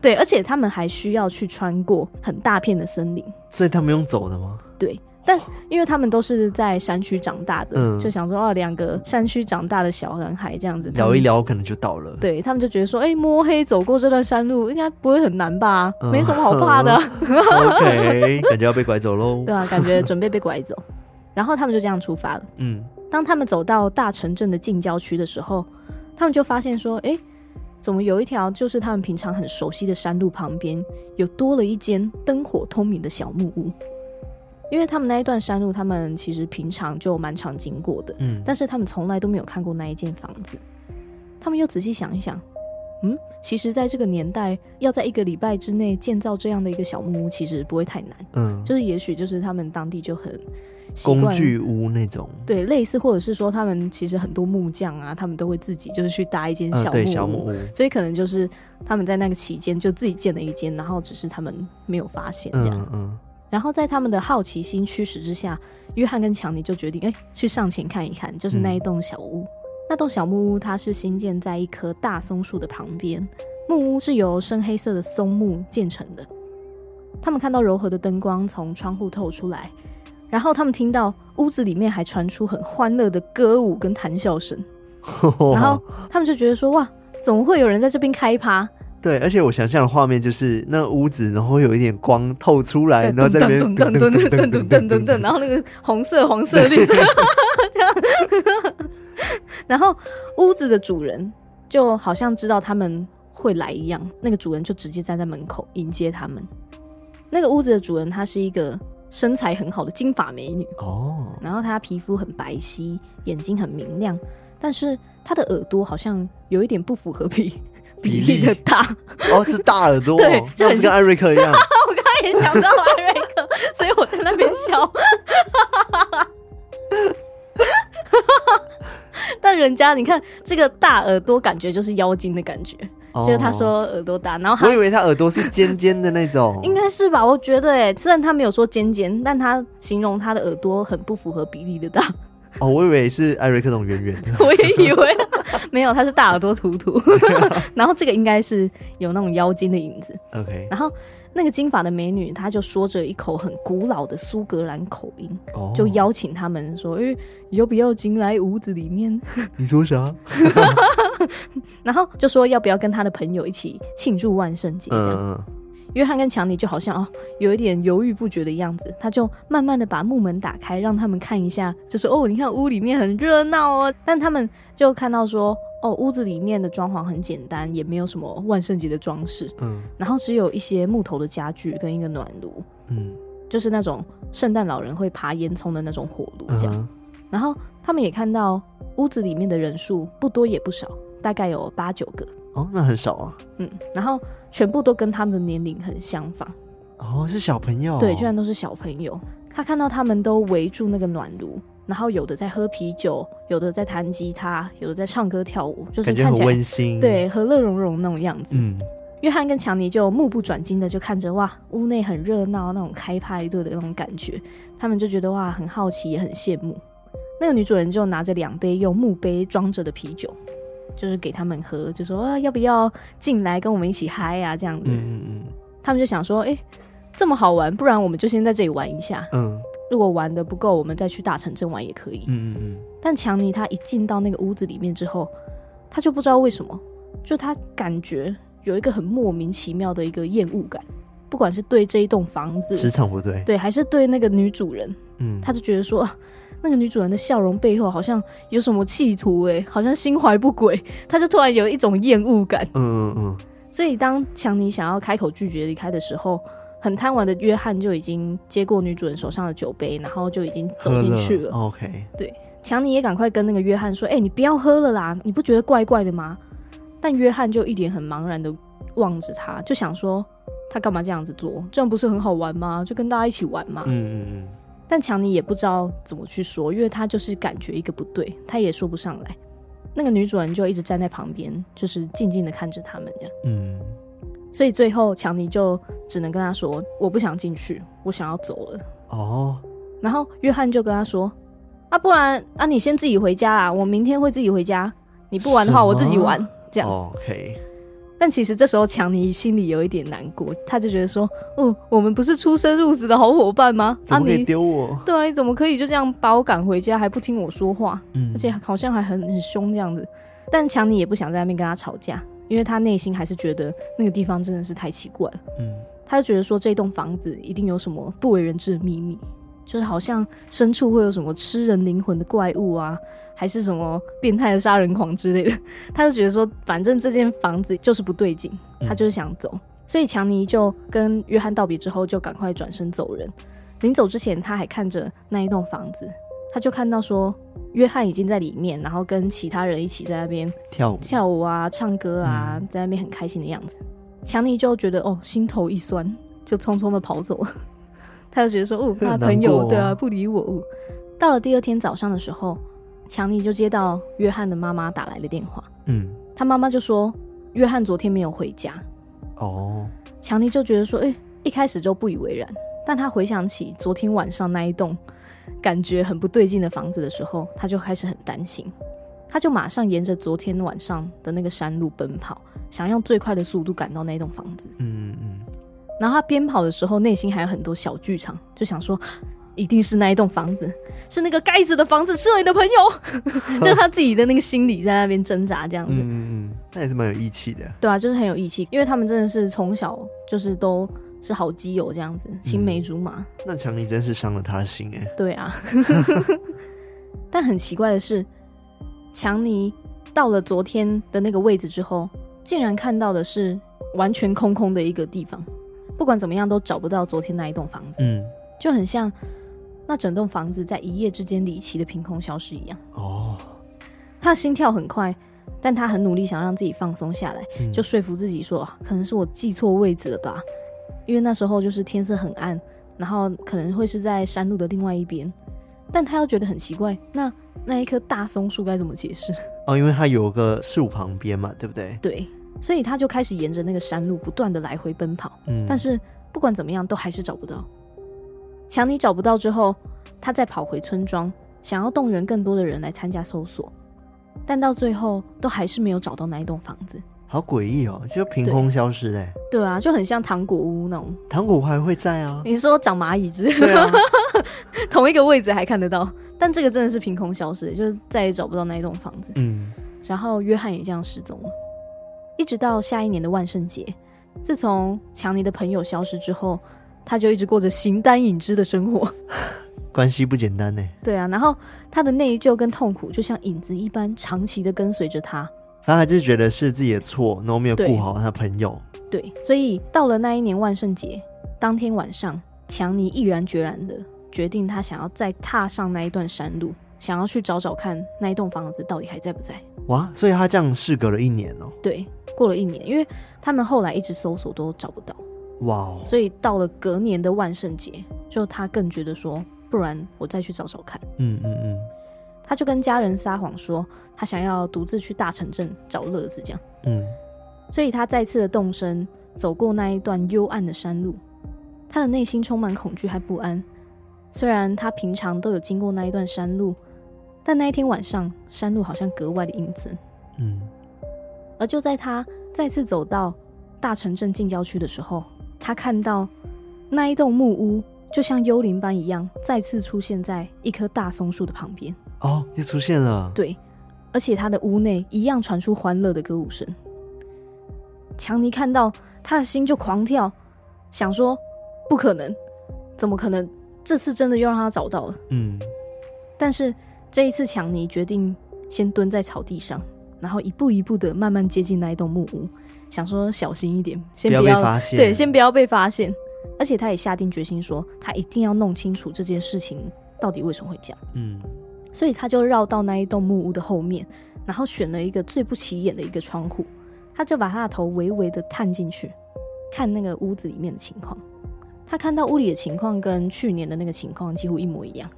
[SPEAKER 2] 对，而且他们还需要去穿过很大片的森林。
[SPEAKER 1] 所以他们用走的吗？
[SPEAKER 2] 对，但因为他们都是在山区长大的，
[SPEAKER 1] 嗯
[SPEAKER 2] 就想说哦，两个山区长大的小男孩这样子
[SPEAKER 1] 聊
[SPEAKER 2] 聊。
[SPEAKER 1] 一聊可能就到了，，
[SPEAKER 2] 对他们就觉得说，哎、摸黑走过这段山路应该不会很难吧，
[SPEAKER 1] 嗯
[SPEAKER 2] 没什么好怕的，
[SPEAKER 1] OK，感觉要被拐走喽。
[SPEAKER 2] 对啊，感觉准备被拐走。 然后他们就这样出发了。
[SPEAKER 1] 嗯，
[SPEAKER 2] 当他们走到大城镇的近郊区的时候，他们就发现说，哎、怎么有一条就是他们平常很熟悉的山路旁边有多了一间灯火通明的小木屋？因为他们那一段山路，他们其实平常就蛮常经过的，
[SPEAKER 1] 嗯，
[SPEAKER 2] 但是他们从来都没有看过那一间房子。他们又仔细想一想，嗯，其实在这个年代，要在一个礼拜之内建造这样的一个小木屋，其实不会太难。
[SPEAKER 1] 嗯，
[SPEAKER 2] 就是也许就是他们当地就很习惯
[SPEAKER 1] 工具屋那种，
[SPEAKER 2] 对类似，或者是说他们其实很多木匠啊，他们都会自己就是去搭一间
[SPEAKER 1] 嗯，
[SPEAKER 2] 小木屋。
[SPEAKER 1] 对，小木屋，
[SPEAKER 2] 所以可能就是他们在那个期间就自己建了一间，然后只是他们没有发现这样。
[SPEAKER 1] 嗯嗯，
[SPEAKER 2] 然后在他们的好奇心驱使之下，约翰跟强尼就决定，哎，去上前看一看，就是那一栋小屋。那栋小木屋它是新建在一棵大松树的旁边，木屋是由深黑色的松木建成的。他们看到柔和的灯光从窗户透出来，然后他们听到屋子里面还传出很欢乐的歌舞跟谈笑声，然后他们就觉得说，哇，怎么会有人在这边开趴？
[SPEAKER 1] 对，而且我想象的画面就是那屋子，然后有一点光透出来，哎然后在那边
[SPEAKER 2] 噔噔噔噔噔噔噔噔噔，然后那个红色、黄色、绿色，这样。 然后屋子的主人就好像知道他们会来一样，那个主人就直接站在门口迎接他们。那个屋子的主人她是一个身材很好的金发美女，
[SPEAKER 1] 哦，
[SPEAKER 2] 然后她皮肤很白皙，眼睛很明亮，但是她的耳朵好像有一点不符合比
[SPEAKER 1] 比
[SPEAKER 2] 比
[SPEAKER 1] 例
[SPEAKER 2] 例的大。
[SPEAKER 1] 哦是大耳朵，
[SPEAKER 2] 对就
[SPEAKER 1] 那不
[SPEAKER 2] 很
[SPEAKER 1] 是跟艾瑞克一样，
[SPEAKER 2] 我刚才联想到艾瑞克，所以我在那边笑。 但人家你看这个大耳朵，感觉就是妖精的感觉，
[SPEAKER 1] 哦
[SPEAKER 2] 就是他，说耳朵大，然后他
[SPEAKER 1] 我以为他耳朵是尖尖的那种
[SPEAKER 2] ，应该是吧？我觉得哎，虽然他没有说尖尖，但他形容他的耳朵很不符合比例的大，
[SPEAKER 1] 哦，我以为是艾瑞克那种圆圆的。
[SPEAKER 2] 我也以为没有，他是大耳朵图图。 然后这个应该是有那种妖精的影子。
[SPEAKER 1] OK，
[SPEAKER 2] 然后那个金发的美女，她就说着一口很古老的苏格兰口音，
[SPEAKER 1] 哦，
[SPEAKER 2] 就邀请他们说：“哎、要不要进来屋子里面？”
[SPEAKER 1] 你说啥？
[SPEAKER 2] 然后就说要不要跟他的朋友一起庆祝万圣节这样。
[SPEAKER 1] 嗯嗯，
[SPEAKER 2] 约翰跟强尼就好像哦有一点犹豫不决的样子，他就慢慢的把木门打开，让他们看一下，就说哦，你看屋里面很热闹哦，但他们就看到说哦，屋子里面的装潢很简单，也没有什么万圣节的装饰，
[SPEAKER 1] 嗯
[SPEAKER 2] 然后只有一些木头的家具跟一个暖炉，
[SPEAKER 1] 嗯
[SPEAKER 2] 就是那种圣诞老人会爬烟囱的那种火炉
[SPEAKER 1] 嗯
[SPEAKER 2] 这样。
[SPEAKER 1] 哼，
[SPEAKER 2] 然后他们也看到屋子里面的人数不多也不少，大概有八九个，
[SPEAKER 1] 哦，那很少啊。
[SPEAKER 2] 嗯，然后全部都跟他们的年龄很相仿，
[SPEAKER 1] 哦，是小朋友，
[SPEAKER 2] 对，居然都是小朋友。他看到他们都围住那个暖炉，然后有的在喝啤酒，有的在弹吉他，有的在唱歌跳舞，就是
[SPEAKER 1] 感觉
[SPEAKER 2] 看
[SPEAKER 1] 很
[SPEAKER 2] 起来
[SPEAKER 1] 温馨。，
[SPEAKER 2] 对和乐融融那种样子。
[SPEAKER 1] 嗯，
[SPEAKER 2] 约翰跟强尼就目不转睛的就看着哇，屋内很热闹，那种开派对的那种感觉，他们就觉得哇，很好奇，也很羡慕。那个女主人就拿着两杯用木杯装着的啤酒，就是给他们喝，就说啊，要不要进来跟我们一起嗨啊？这样子，
[SPEAKER 1] 嗯嗯
[SPEAKER 2] 他们就想说，哎、这么好玩，不然我们就先在这里玩一下。
[SPEAKER 1] 嗯
[SPEAKER 2] 如果玩的不够，我们再去大城镇玩也可以
[SPEAKER 1] 嗯。嗯嗯
[SPEAKER 2] 但强尼他一进到那个屋子里面之后，他就不知道为什么，就他感觉有一个很莫名其妙的一个厌恶感，不管是对这一栋房
[SPEAKER 1] 嗯，磁
[SPEAKER 2] 子，
[SPEAKER 1] 场不对，
[SPEAKER 2] 对，还是对那个女主人，
[SPEAKER 1] 嗯，
[SPEAKER 2] 他就觉得说。啊那个女主人的笑容背后好像有什么企图、欸，好像心怀不轨，他就突然有一种厌恶感。
[SPEAKER 1] 嗯嗯嗯，
[SPEAKER 2] 所以当强尼想要开口拒绝离开的时候，很贪玩的约翰就已经接过女主人手上的酒杯，然后就已经走进去
[SPEAKER 1] 喝
[SPEAKER 2] 了。
[SPEAKER 1] OK，
[SPEAKER 2] 强尼也赶快跟那个约翰说：“哎、你不要喝了啦，你不觉得怪怪的吗？”但约翰就一脸很茫然的望着他，就想说他干嘛这样子做？这样不是很好玩吗？就跟大家一起玩嘛。
[SPEAKER 1] 嗯嗯
[SPEAKER 2] 但强尼也不知道怎么去说，因为他就是感觉一个不对，他也说不上来。那个女主人就一直站在旁边，就是静静的看着他们这样。
[SPEAKER 1] 嗯
[SPEAKER 2] 所以最后强尼就只能跟他说：“我不想进去，我想要走了。
[SPEAKER 1] 嗯，哦，”
[SPEAKER 2] 然后约翰就跟他说：“啊，不然啊，你先自己回家啊，我明天会自己回家。你不玩
[SPEAKER 1] 什
[SPEAKER 2] 的话，
[SPEAKER 1] 么哦
[SPEAKER 2] 我自己玩。”这样。
[SPEAKER 1] OK，
[SPEAKER 2] 但其实这时候强尼心里有一点难过，他就觉得说：“哦，我们不是出生入死的好伙伴吗？啊
[SPEAKER 1] 怎么可以
[SPEAKER 2] 你，
[SPEAKER 1] 丢我？
[SPEAKER 2] 对啊，你怎么可以就这样把我赶回家，还不听我说话？”
[SPEAKER 1] 嗯，
[SPEAKER 2] 而且好像还很很凶这样子。但强尼也不想在那边跟他吵架，因为他内心还是觉得那个地方真的是太奇怪了。
[SPEAKER 1] 嗯
[SPEAKER 2] 他就觉得说这栋房子一定有什么不为人知的秘密，就是好像深处会有什么吃人灵魂的怪物啊，还是什么变态的杀人狂之类的。 他就觉得说，反正这间房子就是不对劲，
[SPEAKER 1] 嗯
[SPEAKER 2] 他就是想走。所以强尼就跟约翰道别之后，就赶快转身走人。临走之前，他还看着那一栋房子，他就看到说约翰已经在里面，然后跟其他人一起在那边
[SPEAKER 1] 跳舞，
[SPEAKER 2] 跳舞啊、唱歌啊，
[SPEAKER 1] 嗯
[SPEAKER 2] 在那边很开心的样子。强尼就觉得哦，心头一酸，就匆匆的跑走 了。他就觉得 说，哦，
[SPEAKER 1] 这
[SPEAKER 2] 他
[SPEAKER 1] 很
[SPEAKER 2] 的朋
[SPEAKER 1] 难
[SPEAKER 2] 友
[SPEAKER 1] 过哦
[SPEAKER 2] 对啊不理我。哦到了第二天早上的时候，强尼就接到约翰的妈妈打来的电话，
[SPEAKER 1] 嗯
[SPEAKER 2] 他妈妈就说约翰昨天没有回家。
[SPEAKER 1] 哦，
[SPEAKER 2] 强尼就觉得说，哎、一开始就不以为然，但他回想起昨天晚上那一栋感觉很不对劲的房子的时候，他就开始很担心。他就马上沿着昨天晚上的那个山路奔跑，想用最快的速度赶到那栋房子。
[SPEAKER 1] 嗯嗯
[SPEAKER 2] 然后他边跑的时候，内心还有很多小剧场，就想说，一定是那一栋房子，是那个该死的房子吃了你的朋友， 就是他自己的那个心理在那边挣扎这样
[SPEAKER 1] 嗯
[SPEAKER 2] 子。
[SPEAKER 1] 嗯嗯，那也是蛮有义气的，
[SPEAKER 2] 对啊，就是很有义气，因为他们真的是从小就是都是好基友这样子，青梅竹马。
[SPEAKER 1] 那强尼真是伤了他的心哎，
[SPEAKER 2] 对啊， 但很奇怪的是，强尼到了昨天的那个位置之后，竟然看到的是完全空空的一个地方，不管怎么样都找不到昨天那一栋房子，
[SPEAKER 1] 嗯
[SPEAKER 2] 就很像那整栋房子在一夜之间离奇的凭空消失一样。
[SPEAKER 1] 哦，
[SPEAKER 2] 他的心跳很快，但他很努力想让自己放松下来。
[SPEAKER 1] 嗯
[SPEAKER 2] 就说服自己说，啊可能是我记错位置了吧。因为那时候就是天色很暗，然后可能会是在山路的另外一边，但他又觉得很奇怪，那那一棵大松树该怎么解释？
[SPEAKER 1] 哦，因为它有个树旁边嘛，对不对？
[SPEAKER 2] 对，所以他就开始沿着那个山路不断的来回奔跑，
[SPEAKER 1] 嗯，
[SPEAKER 2] 但是不管怎么样，都还是找不到。强尼找不到之后，他再跑回村庄，想要动员更多的人来参加搜索，但到最后都还是没有找到那一栋房子。
[SPEAKER 1] 好诡异哦，就凭空消失哎、
[SPEAKER 2] 对啊，就很像糖果屋那种。
[SPEAKER 1] 糖果还会在啊，
[SPEAKER 2] 你说长蚂蚁之类的，
[SPEAKER 1] 对啊，
[SPEAKER 2] 同一个位置还看得到，但这个真的是凭空消失，就是再也找不到那一栋房子。
[SPEAKER 1] 嗯，
[SPEAKER 2] 然后约翰也这样失踪了，一直到下一年的万圣节。自从强尼的朋友消失之后，他就一直过着形单影只的生活。
[SPEAKER 1] 关系不简单呢、欸
[SPEAKER 2] 对啊，然后他的内疚跟痛苦就像影子一般，长期的跟随着他。
[SPEAKER 1] 反正还是觉得是自己的错，然后没有
[SPEAKER 2] 对
[SPEAKER 1] 顾好他朋友，
[SPEAKER 2] 对，所以到了那一年万圣节当天晚上，强尼毅然决然的决定，他想要再踏上那一段山路，想要去找找看那一栋房子到底还在不在。
[SPEAKER 1] 哇，所以他这样事隔了一年哦，
[SPEAKER 2] 对，过了一年，因为他们后来一直搜索都找不到，
[SPEAKER 1] 哇哦，
[SPEAKER 2] 所以到了隔年的万圣节，就他更觉得说，不然我再去找找看。
[SPEAKER 1] 嗯嗯嗯，
[SPEAKER 2] 他就跟家人撒谎说，他想要独自去大城镇找乐子这样。
[SPEAKER 1] 嗯，
[SPEAKER 2] 所以他再次的动身，走过那一段幽暗的山路，他的内心充满恐惧和不安。虽然他平常都有经过那一段山路，但那一天晚上，山路好像格外的阴森。
[SPEAKER 1] 嗯，
[SPEAKER 2] 而就在他再次走到大城镇近郊区的时候，他看到那一栋木屋就像幽灵般一样，再次出现在一棵大松树的旁边。
[SPEAKER 1] 哦，又出现了，
[SPEAKER 2] 对，而且他的屋内一样传出欢乐的歌舞声。强尼看到他的心就狂跳，想说不可能，怎么可能？这次真的又让他找到了。
[SPEAKER 1] 嗯，
[SPEAKER 2] 但是这一次，强尼决定先蹲在草地上，然后一步一步的慢慢接近那一栋木屋，想说小心一点，先
[SPEAKER 1] 不要
[SPEAKER 2] 不
[SPEAKER 1] 被
[SPEAKER 2] 要
[SPEAKER 1] 发现，
[SPEAKER 2] 对，先不要被发现。而且他也下定决心说，他一定要弄清楚这件事情到底为什么会这样。
[SPEAKER 1] 嗯，
[SPEAKER 2] 所以他就绕到那一栋木屋的后面，然后选了一个最不起眼的一个窗户，他就把他的头微微的探进去，看那个屋子里面的情况。他看到屋里的情况跟去年的那个情况几乎一模一样，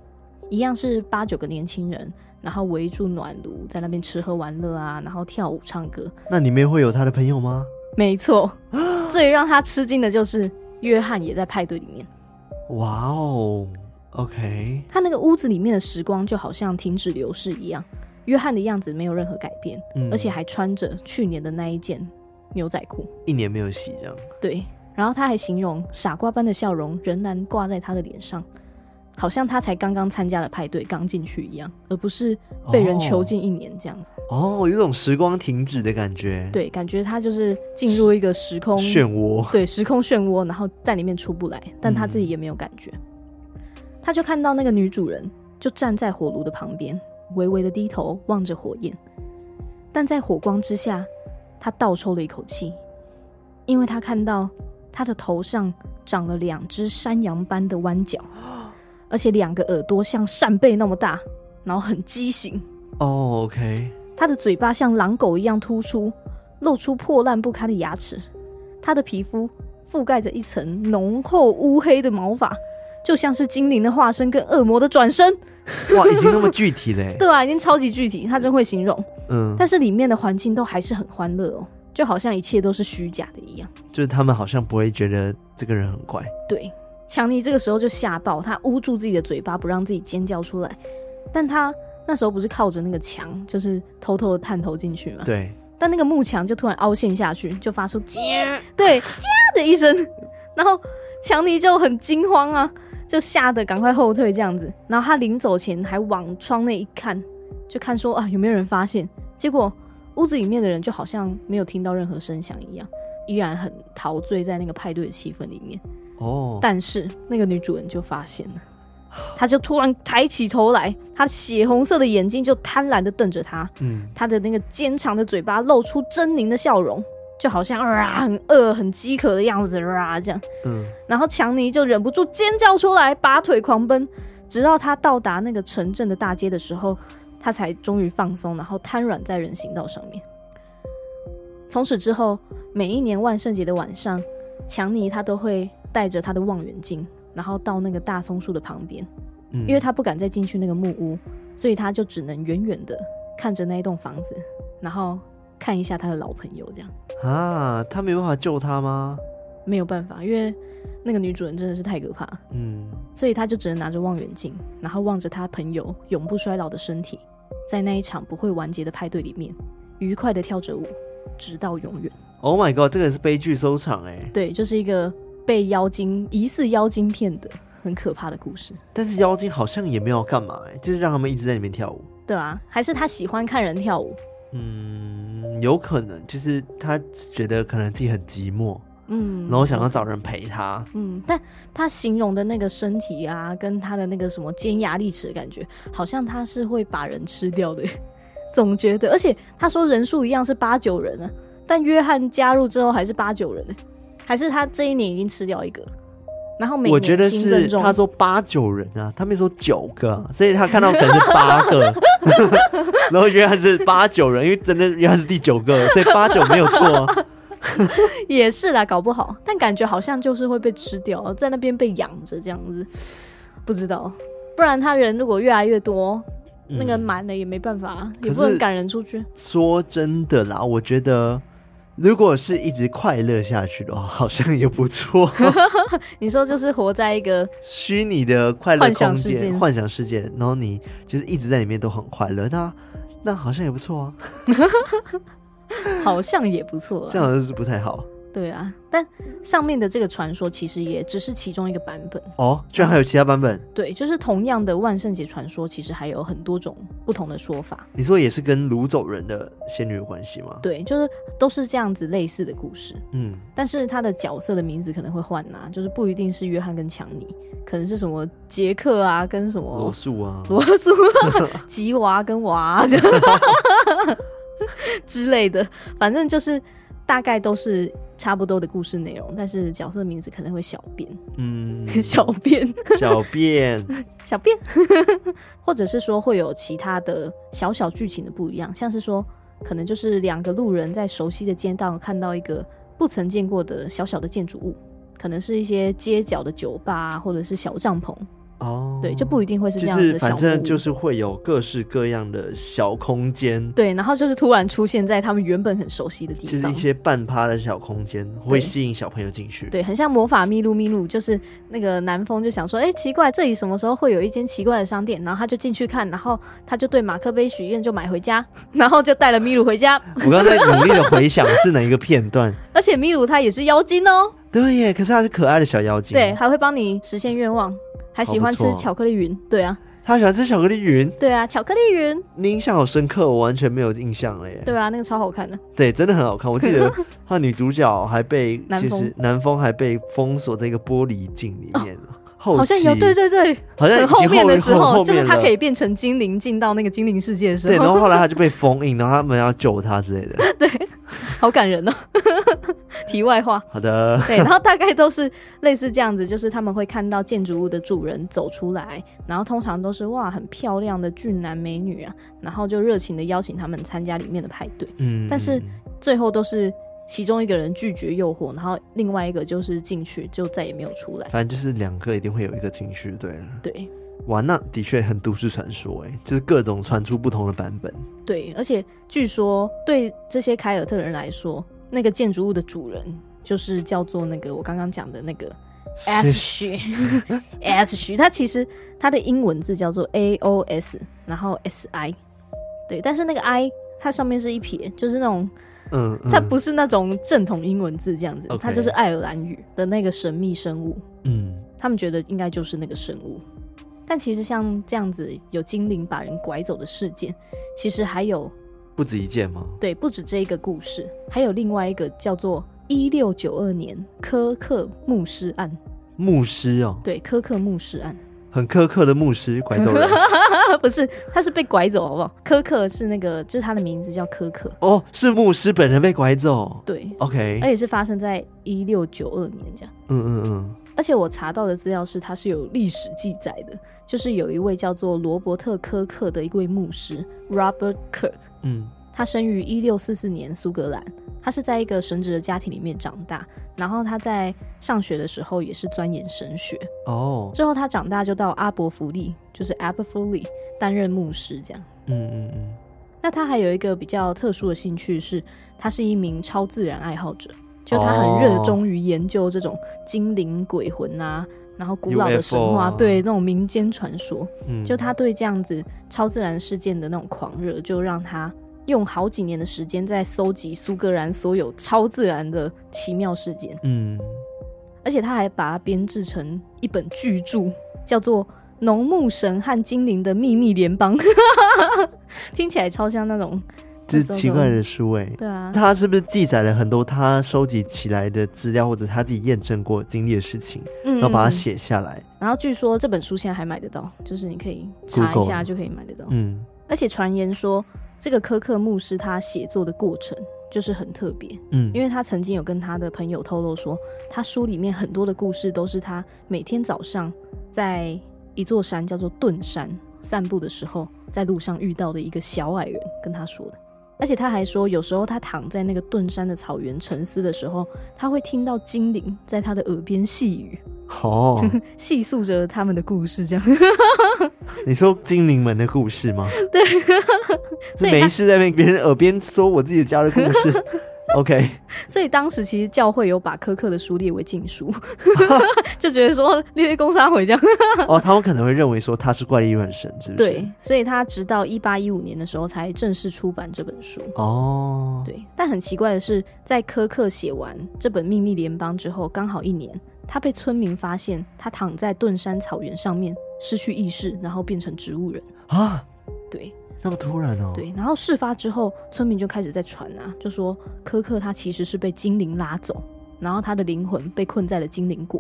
[SPEAKER 2] 一样是八九个年轻人，然后围住暖炉在那边吃喝玩乐啊，然后跳舞唱歌。
[SPEAKER 1] 那里面会有他的朋友吗？
[SPEAKER 2] 没错， 最让他吃惊的就是约翰也在派对里面，
[SPEAKER 1] 哇哦，OK，
[SPEAKER 2] 他那个屋子里面的时光就好像停止流逝一样，约翰的样子没有任何改变。
[SPEAKER 1] 嗯，
[SPEAKER 2] 而且还穿着去年的那一件牛仔裤。
[SPEAKER 1] 一年没有洗这样，
[SPEAKER 2] 对，然后他还形容傻瓜般的笑容仍然挂在他的脸上，好像他才刚刚参加了派对，刚进去一样，而不是被人囚禁一年这样子。
[SPEAKER 1] 哦，有种时光停止的感觉，，
[SPEAKER 2] 对，感觉他就是进入一个时空
[SPEAKER 1] 漩涡，
[SPEAKER 2] 对，时空漩涡，然后在里面出不来，但他自己也没有感觉。他就看到那个女主人就站在火炉的旁边，微微的低头望着火焰，但在火光之下，他倒抽了一口气，因为他看到他的头上长了两只山羊般的弯角，而且两个耳朵像扇贝那么大，然后很畸形。
[SPEAKER 1] 哦，OK，
[SPEAKER 2] 他的嘴巴像狼狗一样突出，露出破烂不堪的牙齿。他的皮肤覆盖着一层浓厚乌黑的毛发，就像是精灵的化身跟恶魔的转身。
[SPEAKER 1] 哇，已经那么具体嘞，
[SPEAKER 2] 对啊，已经超级具体，他真会形容。
[SPEAKER 1] 嗯，
[SPEAKER 2] 但是里面的环境都还是很欢乐哦，就好像一切都是虚假的一样。
[SPEAKER 1] 就是他们好像不会觉得这个人很怪，
[SPEAKER 2] 对，强尼这个时候就吓爆，他捂住自己的嘴巴，不让自己尖叫出来。但他那时候不是靠着那个墙，就是偷偷的探头进去嘛。
[SPEAKER 1] 对，
[SPEAKER 2] 但那个幕墙就突然凹陷下去，就发出“叽” 对“叽”的一声，然后强尼就很惊慌啊，就吓得赶快后退这样子。然后他临走前还往窗内一看，就看说啊有没有人发现。结果屋子里面的人就好像没有听到任何声响一样，依然很陶醉在那个派对的气氛里面。
[SPEAKER 1] 哦，
[SPEAKER 2] 但是那个女主人就发现了，她就突然抬起头来，她血红色的眼睛就贪婪的瞪着他。
[SPEAKER 1] 嗯，
[SPEAKER 2] 他的那个尖长的嘴巴露出狰狞的笑容，就好像啊、很饿、很饥渴的样子啊、这样。
[SPEAKER 1] 嗯，
[SPEAKER 2] 然后强尼就忍不住尖叫出来，拔腿狂奔，直到他到达那个城镇的大街的时候，他才终于放松，然后瘫软在人行道上面。从此之后，每一年万圣节的晚上，强尼他都会带着他的望远镜，然后到那个大松树的旁边，
[SPEAKER 1] 嗯，
[SPEAKER 2] 因为他不敢再进去那个木屋，所以他就只能远远的看着那一栋房子，然后看一下他的老朋友，这样
[SPEAKER 1] 啊，他没办法救他吗？
[SPEAKER 2] 没有办法，因为那个女主人真的是太可怕，
[SPEAKER 1] 嗯，
[SPEAKER 2] 所以他就只能拿着望远镜，然后望着他朋友永不衰老的身体，在那一场不会完结的派对里面，愉快的跳着舞，直到永远。
[SPEAKER 1] Oh my god，这个是悲剧收场哎、
[SPEAKER 2] 对，就是一个被妖精疑似妖精骗的很可怕的故事。
[SPEAKER 1] 但是妖精好像也没有干嘛哎、就是让他们一直在里面跳舞。
[SPEAKER 2] 对啊，还是他喜欢看人跳舞。
[SPEAKER 1] 嗯，有可能就是他觉得可能自己很寂寞，
[SPEAKER 2] 嗯，
[SPEAKER 1] 然后想要找人陪他。
[SPEAKER 2] 嗯，但他形容的那个身体啊，跟他的那个什么尖牙利齿的感觉，好像他是会把人吃掉的，总觉得。而且他说人数一样是八九人啊，但约翰加入之后还是八九人呢，还是他这一年已经吃掉一个了。然后每
[SPEAKER 1] 我觉得
[SPEAKER 2] 年新增
[SPEAKER 1] 是
[SPEAKER 2] 中，
[SPEAKER 1] 他说八九人啊，他没说九个啊，所以他看到可能是八个， 然后约翰是八九人，因为真的约翰是第九个，所以八九没有错、 啊。
[SPEAKER 2] 也是啦，搞不好，但感觉好像就是会被吃掉，在那边被养着这样子，不知道。不然他人如果越来越多，
[SPEAKER 1] 嗯
[SPEAKER 2] 那个满了也没办法，啊也
[SPEAKER 1] 可
[SPEAKER 2] 不能
[SPEAKER 1] 是
[SPEAKER 2] 赶人出去。
[SPEAKER 1] 说真的啦，我觉得如果是一直快乐下去的话，好像也不错。
[SPEAKER 2] 你说就是活在一个
[SPEAKER 1] 虚拟的快乐
[SPEAKER 2] 幻想
[SPEAKER 1] 空
[SPEAKER 2] 世界
[SPEAKER 1] 间、幻想世界，然后你就是一直在里面都很快乐，那那好像也不错啊。
[SPEAKER 2] 好像也不错
[SPEAKER 1] 这样
[SPEAKER 2] 啦，
[SPEAKER 1] 好像是不太好
[SPEAKER 2] 对啊。但上面的这个传说其实也只是其中一个版本，
[SPEAKER 1] 哦。居然还有其他版本，
[SPEAKER 2] 对，就是同样的万圣节传说，其实还有很多种不同的说法，
[SPEAKER 1] 你说也是跟掳走人的仙女有关系吗？
[SPEAKER 2] 对，就是都是这样子类似的故事。
[SPEAKER 1] 嗯，
[SPEAKER 2] 但是他的角色的名字可能会换呐、 就是不一定是约翰跟强尼，可能是什么杰克啊，跟什
[SPEAKER 1] 罗
[SPEAKER 2] 么
[SPEAKER 1] 素啊，
[SPEAKER 2] 罗素、 吉娃跟娃、这样之类的，反正就是大概都是差不多的故事内容，但是角色名字可能会小变，
[SPEAKER 1] 嗯，
[SPEAKER 2] 小变，
[SPEAKER 1] 小 便，
[SPEAKER 2] 小变，或者是说会有其他的小小剧情的不一样，像是说可能就是两个路人在熟悉的街道看到一个不曾见过的小小的建筑物，可能是一些街角的酒吧啊或者是小帐篷，
[SPEAKER 1] 哦，
[SPEAKER 2] 对，就不一定会是这
[SPEAKER 1] 就
[SPEAKER 2] 样子
[SPEAKER 1] 是
[SPEAKER 2] 的小
[SPEAKER 1] 反
[SPEAKER 2] 木屋。
[SPEAKER 1] 正就是会有各式各样的小空间，
[SPEAKER 2] 对，然后就是突然出现在他们原本很熟悉的地
[SPEAKER 1] 就是
[SPEAKER 2] 方
[SPEAKER 1] 一，些半趴的小空间，会吸引小朋友进去。
[SPEAKER 2] 对，很像魔法秘鲁秘鲁，就是那个南风就想说，哎、奇怪，这里什么时候会有一间奇怪的商店？然后他就进去看，然后他就对马克杯许愿，就买回家，然后就带了秘鲁回家。
[SPEAKER 1] 我刚才努力的回想是哪一个片段？
[SPEAKER 2] 而且秘鲁他也是妖精哦，
[SPEAKER 1] 对耶，可是它是可爱的小妖精，
[SPEAKER 2] 对，，还会帮你实现愿望，还喜欢
[SPEAKER 1] 好
[SPEAKER 2] 吃
[SPEAKER 1] 不错哦
[SPEAKER 2] 巧克力云。对啊，
[SPEAKER 1] 它喜欢吃巧克力云，
[SPEAKER 2] 对啊，巧克力云，
[SPEAKER 1] 你印象好深刻，我完全没有印象了耶。
[SPEAKER 2] 对啊，那个超好看的。
[SPEAKER 1] 对，真的很好看。我记 得她女主角还被
[SPEAKER 2] 南
[SPEAKER 1] 就
[SPEAKER 2] 风
[SPEAKER 1] 是南风还被封锁在一个玻璃镜里面了，后
[SPEAKER 2] 哦好像有，
[SPEAKER 1] 期
[SPEAKER 2] 对，对对，
[SPEAKER 1] 好像已
[SPEAKER 2] 很
[SPEAKER 1] 经
[SPEAKER 2] 后面的时
[SPEAKER 1] 很后
[SPEAKER 2] 候，
[SPEAKER 1] 面
[SPEAKER 2] 就是他
[SPEAKER 1] 了
[SPEAKER 2] 可以变成精灵，进到那个精灵世界的时
[SPEAKER 1] 对，然
[SPEAKER 2] 候，
[SPEAKER 1] 后后来他就被封印，然后他们要救他之类的。
[SPEAKER 2] 好感人哦。 题外话，
[SPEAKER 1] 好的，
[SPEAKER 2] 对，然后大概都是类似这样子，就是他们会看到建筑物的主人走出来，然后通常都是哇很漂亮的俊男美女啊，然后就热情的邀请他们参加里面的派对，
[SPEAKER 1] 嗯，
[SPEAKER 2] 但是最后都是其中一个人拒绝诱惑，然后另外一个就是进去就再也没有出来。
[SPEAKER 1] 反正就是两个一定会有一个进去，对了。
[SPEAKER 2] 对
[SPEAKER 1] 哇，那的确很都市传说哎，就是各种传出不同的版本。
[SPEAKER 2] 对，而且据说对这些凯尔特人来说，那个建筑物的主人就是叫做那个我刚刚讲的那个 S 区 S 区，它其实它的英文字叫做 A O S，然后 S I，对，但是那个 I 它上面是一撇，就是那种
[SPEAKER 1] 嗯，嗯
[SPEAKER 2] 它不是那种正统英文字这样子，
[SPEAKER 1] OK
[SPEAKER 2] 它就是爱尔兰语的那个神秘生物，
[SPEAKER 1] 嗯，
[SPEAKER 2] 他们觉得应该就是那个生物。但其实像这样子有精灵把人拐走的事件，其实还有
[SPEAKER 1] 不止一件吗？
[SPEAKER 2] 对，不止这一个故事，还有另外一个叫做一六九二年科克牧师案。
[SPEAKER 1] 牧师哦，
[SPEAKER 2] 对，科克牧师案。
[SPEAKER 1] 很苛刻的牧师拐走 人
[SPEAKER 2] 不是，他是被拐走，好不好？科克是那个，就是他的名字叫科克，
[SPEAKER 1] 哦，是牧师本人被拐走。
[SPEAKER 2] 对，
[SPEAKER 1] OK，
[SPEAKER 2] 而且是发生在一六九二年这样。
[SPEAKER 1] 嗯嗯嗯，
[SPEAKER 2] 而且我查到的资料是，他是有历史记载的，就是有一位叫做罗伯特·科克的一位牧师 Robert Kirk，
[SPEAKER 1] 嗯，
[SPEAKER 2] 他生于一六四四年苏格兰，他是在一个神职的家庭里面长大，然后他在上学的时候也是钻研神学。
[SPEAKER 1] 哦，
[SPEAKER 2] 之后他长大就到阿伯福利，就是 Aberfurly 担任牧师这样。
[SPEAKER 1] 嗯嗯嗯，
[SPEAKER 2] 那他还有一个比较特殊的兴趣是，他是一名超自然爱好者，就他很热衷于研究这种精灵、鬼魂啊，然后古老的神话
[SPEAKER 1] UFO
[SPEAKER 2] 对那种民间传说，
[SPEAKER 1] 嗯
[SPEAKER 2] 就他对这样子超自然事件的那种狂热，就让他用好几年的时间在搜集苏格兰所有超自然的奇妙事件，
[SPEAKER 1] 嗯，
[SPEAKER 2] 而且他还把它编制成一本巨著，叫做《农牧神和精灵的秘密联邦》，听起来超像那种。
[SPEAKER 1] 这是
[SPEAKER 2] 走
[SPEAKER 1] 奇
[SPEAKER 2] 走
[SPEAKER 1] 怪的书哎、
[SPEAKER 2] 对啊，
[SPEAKER 1] 他是不是记载了很多他收集起来的资料，或者他自己验证过经历的事情，
[SPEAKER 2] 嗯
[SPEAKER 1] 然后把它
[SPEAKER 2] 嗯
[SPEAKER 1] 写下来？
[SPEAKER 2] 嗯然后据说这本书现在还买得到，就是你可以查一
[SPEAKER 1] Google
[SPEAKER 2] 下就可以买得到。
[SPEAKER 1] 嗯
[SPEAKER 2] 而且传言说，这个科克牧师他写作的过程就是很特别，
[SPEAKER 1] 嗯，
[SPEAKER 2] 因
[SPEAKER 1] 为
[SPEAKER 2] 为他曾经有跟他的朋友透露说，他书里面很多的故事都是他每天早上在一座山叫做顿山散步的时候，在路上遇到的一个小矮人跟他说的。而且他还说，有时候他躺在那个顿山的草原沉思的时候，他会听到精灵在他的耳边细语，
[SPEAKER 1] 哦，
[SPEAKER 2] 细诉着他们的故事，这样。
[SPEAKER 1] 你说精灵们的故事吗？
[SPEAKER 2] 所
[SPEAKER 1] 对
[SPEAKER 2] 以
[SPEAKER 1] 没
[SPEAKER 2] 他
[SPEAKER 1] 事在那边别人耳边说我自己家的故 事。OK，
[SPEAKER 2] 所以当时其实教会有把科克的书列为禁书， 就觉得说列为公杀回这样。
[SPEAKER 1] 哦，他们可能会认为说他是怪力乱神，是不是？
[SPEAKER 2] 对，，所以他直到一八一五年的时候才正式出版这本书。
[SPEAKER 1] 哦，
[SPEAKER 2] 对，但很奇怪的是，在科克写完这本《秘密联邦》之后，刚好一年，他被村民发现他躺在顿山草原上面，失去意识，然后变成植物人。
[SPEAKER 1] 啊，
[SPEAKER 2] 对
[SPEAKER 1] 那么突然哦，，
[SPEAKER 2] 对，然后事发之后，村民就开始在传啊，就说科克他其实是被精灵拉走，然后他的灵魂被困在了精灵国。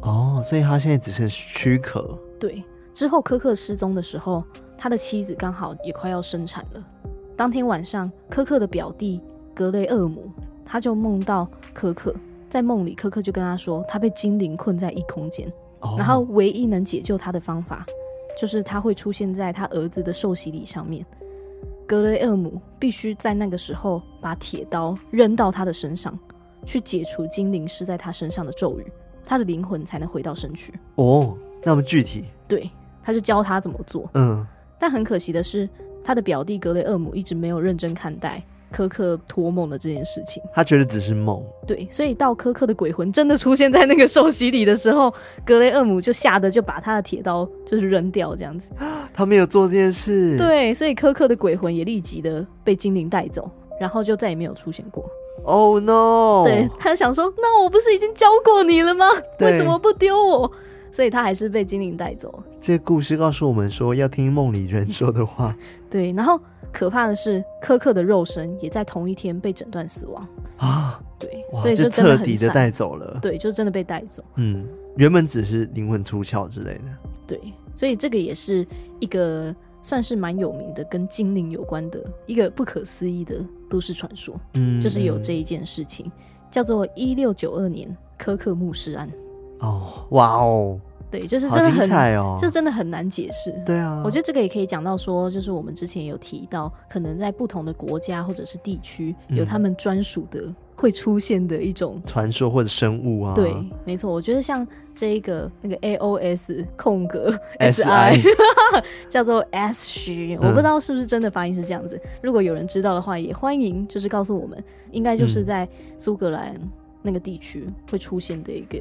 [SPEAKER 1] 哦，所以他现在只剩躯壳，
[SPEAKER 2] 对，之后科克失踪的时候，他的妻子刚好也快要生产了。当天晚上，科克的表弟格雷厄姆，他就梦到科克，在梦里科克就跟他说，他被精灵困在异空间，
[SPEAKER 1] 哦，
[SPEAKER 2] 然后唯一能解救他的方法，就是他会出现在他儿子的受洗礼上面。格雷厄姆必须在那个时候把铁刀扔到他的身上，去解除精灵施在他身上的咒语，他的灵魂才能回到身躯。
[SPEAKER 1] 哦，那么具体，
[SPEAKER 2] 对，他就教他怎么做。
[SPEAKER 1] 嗯，
[SPEAKER 2] 但很可惜的是，他的表弟格雷厄姆一直没有认真看待科克托梦的这件事情。
[SPEAKER 1] 他觉得只是梦，
[SPEAKER 2] 对，所以到科克的鬼魂真的出现在那个受洗礼的时候，格雷厄姆就吓得就把他的铁刀就是扔掉这样子。
[SPEAKER 1] 他没有做这件事，，
[SPEAKER 2] 对，所以科克的鬼魂也立即的被精灵带走。然后就再也没有出现过。
[SPEAKER 1] Oh no！
[SPEAKER 2] 对，他就想说，那我不是已经教过你了吗？
[SPEAKER 1] 对
[SPEAKER 2] 为什么不丢我？所以他还是被精灵带走了。
[SPEAKER 1] 这个故事告诉我们说，要听梦里人说的 话
[SPEAKER 2] 对，然后可怕的是，科克的肉身也在同一天被诊断死亡。
[SPEAKER 1] 啊！
[SPEAKER 2] 对，
[SPEAKER 1] 哇，
[SPEAKER 2] 所以
[SPEAKER 1] 这
[SPEAKER 2] 就真的
[SPEAKER 1] 彻
[SPEAKER 2] 很
[SPEAKER 1] 底的
[SPEAKER 2] 惨
[SPEAKER 1] 带走了。
[SPEAKER 2] 对，就真的被带走。
[SPEAKER 1] 嗯，原本只是灵魂出窍之类的。
[SPEAKER 2] 对，所以这个也是一个算是蛮有名的跟精灵有关的一个不可思议的都市传说，
[SPEAKER 1] 嗯，
[SPEAKER 2] 就是有这一件事情，叫做一六九二年科克牧师案。
[SPEAKER 1] 哦，哇哦，
[SPEAKER 2] 对，就是
[SPEAKER 1] 好
[SPEAKER 2] 真的
[SPEAKER 1] 精
[SPEAKER 2] 很，
[SPEAKER 1] 彩哦！
[SPEAKER 2] 就真的很难解释。
[SPEAKER 1] 对啊，
[SPEAKER 2] 我觉
[SPEAKER 1] 得
[SPEAKER 2] 得这个也可以讲到说，就是我们之前有提到，可能在不同的国家或者是地区，有
[SPEAKER 1] 嗯
[SPEAKER 2] 他们专属的会出现的一种
[SPEAKER 1] 传说或者生物啊，
[SPEAKER 2] 对，没错，我觉得像这一个那个 A O S 空格 S I
[SPEAKER 1] ，SI
[SPEAKER 2] 叫做 S 虚，
[SPEAKER 1] 嗯
[SPEAKER 2] 我不知道是不是真的发音是这样子。如果有人知道的话，也欢迎就是告诉我们，应该就是
[SPEAKER 1] 嗯
[SPEAKER 2] 在苏格兰那个地区会出现的一个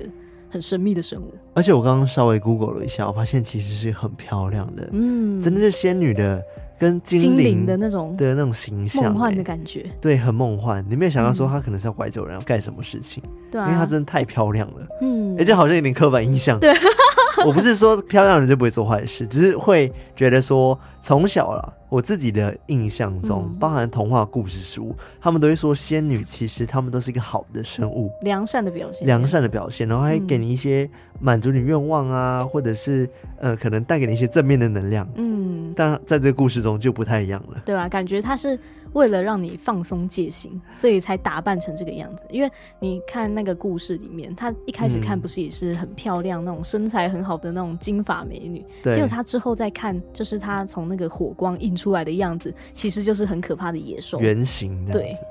[SPEAKER 2] 很神秘的生物。
[SPEAKER 1] 而且我刚刚稍微 Google 了一下，我发现其实是很漂亮的，
[SPEAKER 2] 嗯，
[SPEAKER 1] 真的是仙女的跟
[SPEAKER 2] 精灵
[SPEAKER 1] 灵
[SPEAKER 2] 的那种
[SPEAKER 1] 的那种形象、
[SPEAKER 2] 梦幻的
[SPEAKER 1] 欸
[SPEAKER 2] 感觉，
[SPEAKER 1] 对，很梦幻。你没有想到说
[SPEAKER 2] 嗯
[SPEAKER 1] 她可能是要拐走人，要干什么事情，
[SPEAKER 2] 对啊，
[SPEAKER 1] 因为她真的太漂亮了。
[SPEAKER 2] 嗯
[SPEAKER 1] 哎、欸，，这好像有点刻板印象。
[SPEAKER 2] 对，
[SPEAKER 1] 我不是说漂亮的人就不会做坏事，只是会觉得说从小啦，我自己的印象中，
[SPEAKER 2] 嗯
[SPEAKER 1] 包含童话故事书，他们都会说仙女其实她们都是一个好的生物，
[SPEAKER 2] 良善的表现，
[SPEAKER 1] 良善的表现，然后还
[SPEAKER 2] 嗯
[SPEAKER 1] 给你一些满足你愿望啊，或者是呃，可能带给你一些正面的能量。
[SPEAKER 2] 嗯，
[SPEAKER 1] 但在这个故事中就不太一样了。
[SPEAKER 2] 啊对吧、感觉它是为了让你放松戒心，所以才打扮成这个样子。因为你看那个故事里面，她一开始看
[SPEAKER 1] 嗯
[SPEAKER 2] 不是也是很漂亮，那种身材很好的那种金发美女，
[SPEAKER 1] 对
[SPEAKER 2] 结果她之后再看，就是她从那个火光映出来的样子，其实就是很可怕的野兽。
[SPEAKER 1] 圆形这样子。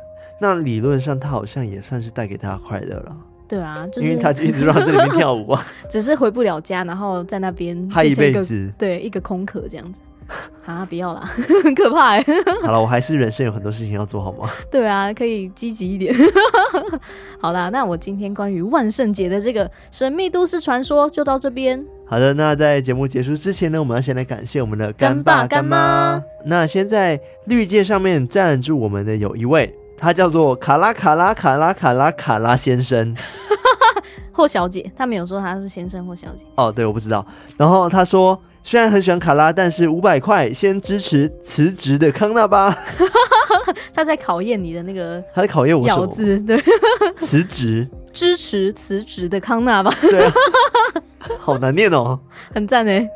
[SPEAKER 1] 那理论上，他好像也算是带给大家快乐了，
[SPEAKER 2] 对啊，就
[SPEAKER 1] 因为
[SPEAKER 2] 是
[SPEAKER 1] 他就一直让这里面跳舞 啊，
[SPEAKER 2] 只是回不了家，然后在那边
[SPEAKER 1] 嗨一辈
[SPEAKER 2] 变成个。
[SPEAKER 1] 子
[SPEAKER 2] 对，一个空壳这样子。啊，不要啦， 很可怕欸。
[SPEAKER 1] 好了，我还是人生有很多事情要做好 吗？
[SPEAKER 2] 对啊，可以积极一点。 好啦，那我今天关于万圣节的这个神秘都市传说就到这边。
[SPEAKER 1] 好的，那在节目结束之前呢，我们要先来感谢我们的干
[SPEAKER 2] 干爸
[SPEAKER 1] 爸
[SPEAKER 2] 干
[SPEAKER 1] 干
[SPEAKER 2] 妈
[SPEAKER 1] 妈。那先在绿界上面赞助我们的有一位，他叫做卡拉卡拉卡拉卡拉卡拉先生。
[SPEAKER 2] 霍小姐，她没有说她是先生或小姐，
[SPEAKER 1] 哦，对，我不知道。然后他说，虽然很喜欢卡拉，但是五百块先支持辞职的康纳吧。
[SPEAKER 2] 她在考验你的那个
[SPEAKER 1] 他在考验我什
[SPEAKER 2] 咬
[SPEAKER 1] 么？
[SPEAKER 2] 字。对，
[SPEAKER 1] 辞职？
[SPEAKER 2] 支持辞职的康纳吧，
[SPEAKER 1] 对 啊，好难念哦。
[SPEAKER 2] 很赞哎。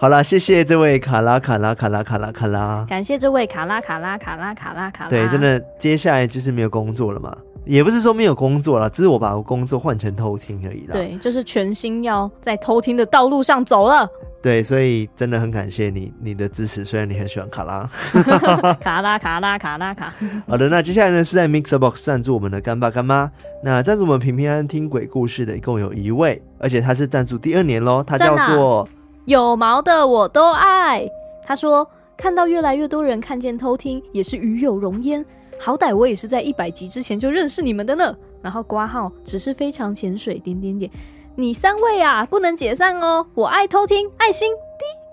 [SPEAKER 1] 好啦，谢谢这位卡拉卡拉卡拉卡拉卡拉。
[SPEAKER 2] 感谢这位卡拉卡拉卡拉卡拉卡拉。
[SPEAKER 1] 对，真。的，接下来就是没有工作了嘛，也不是说没有工作了，只是我把我工作换成偷听而已啦。
[SPEAKER 2] 对，就是全心要在偷听的道路上走了。
[SPEAKER 1] 对，所以真的很感谢你你的支持，虽然你很喜欢卡拉。 啊
[SPEAKER 2] 卡拉卡拉卡拉卡，
[SPEAKER 1] 好的，那接下来呢是在 Mixer Box 赞助我们的干爸干妈，那赞助我们平平安安听鬼故事的一共有一位，而且他是赞助第二年喽，他叫
[SPEAKER 2] 真的啊
[SPEAKER 1] 做
[SPEAKER 2] 有毛的我都爱。他说，看到越来越多人看见偷听，也是与有容焉。好歹我也是在一百集之前就认识你们的呢。然后挂号只是非常潜水，点点点。你三位啊，不能解散哦！我爱偷听，爱心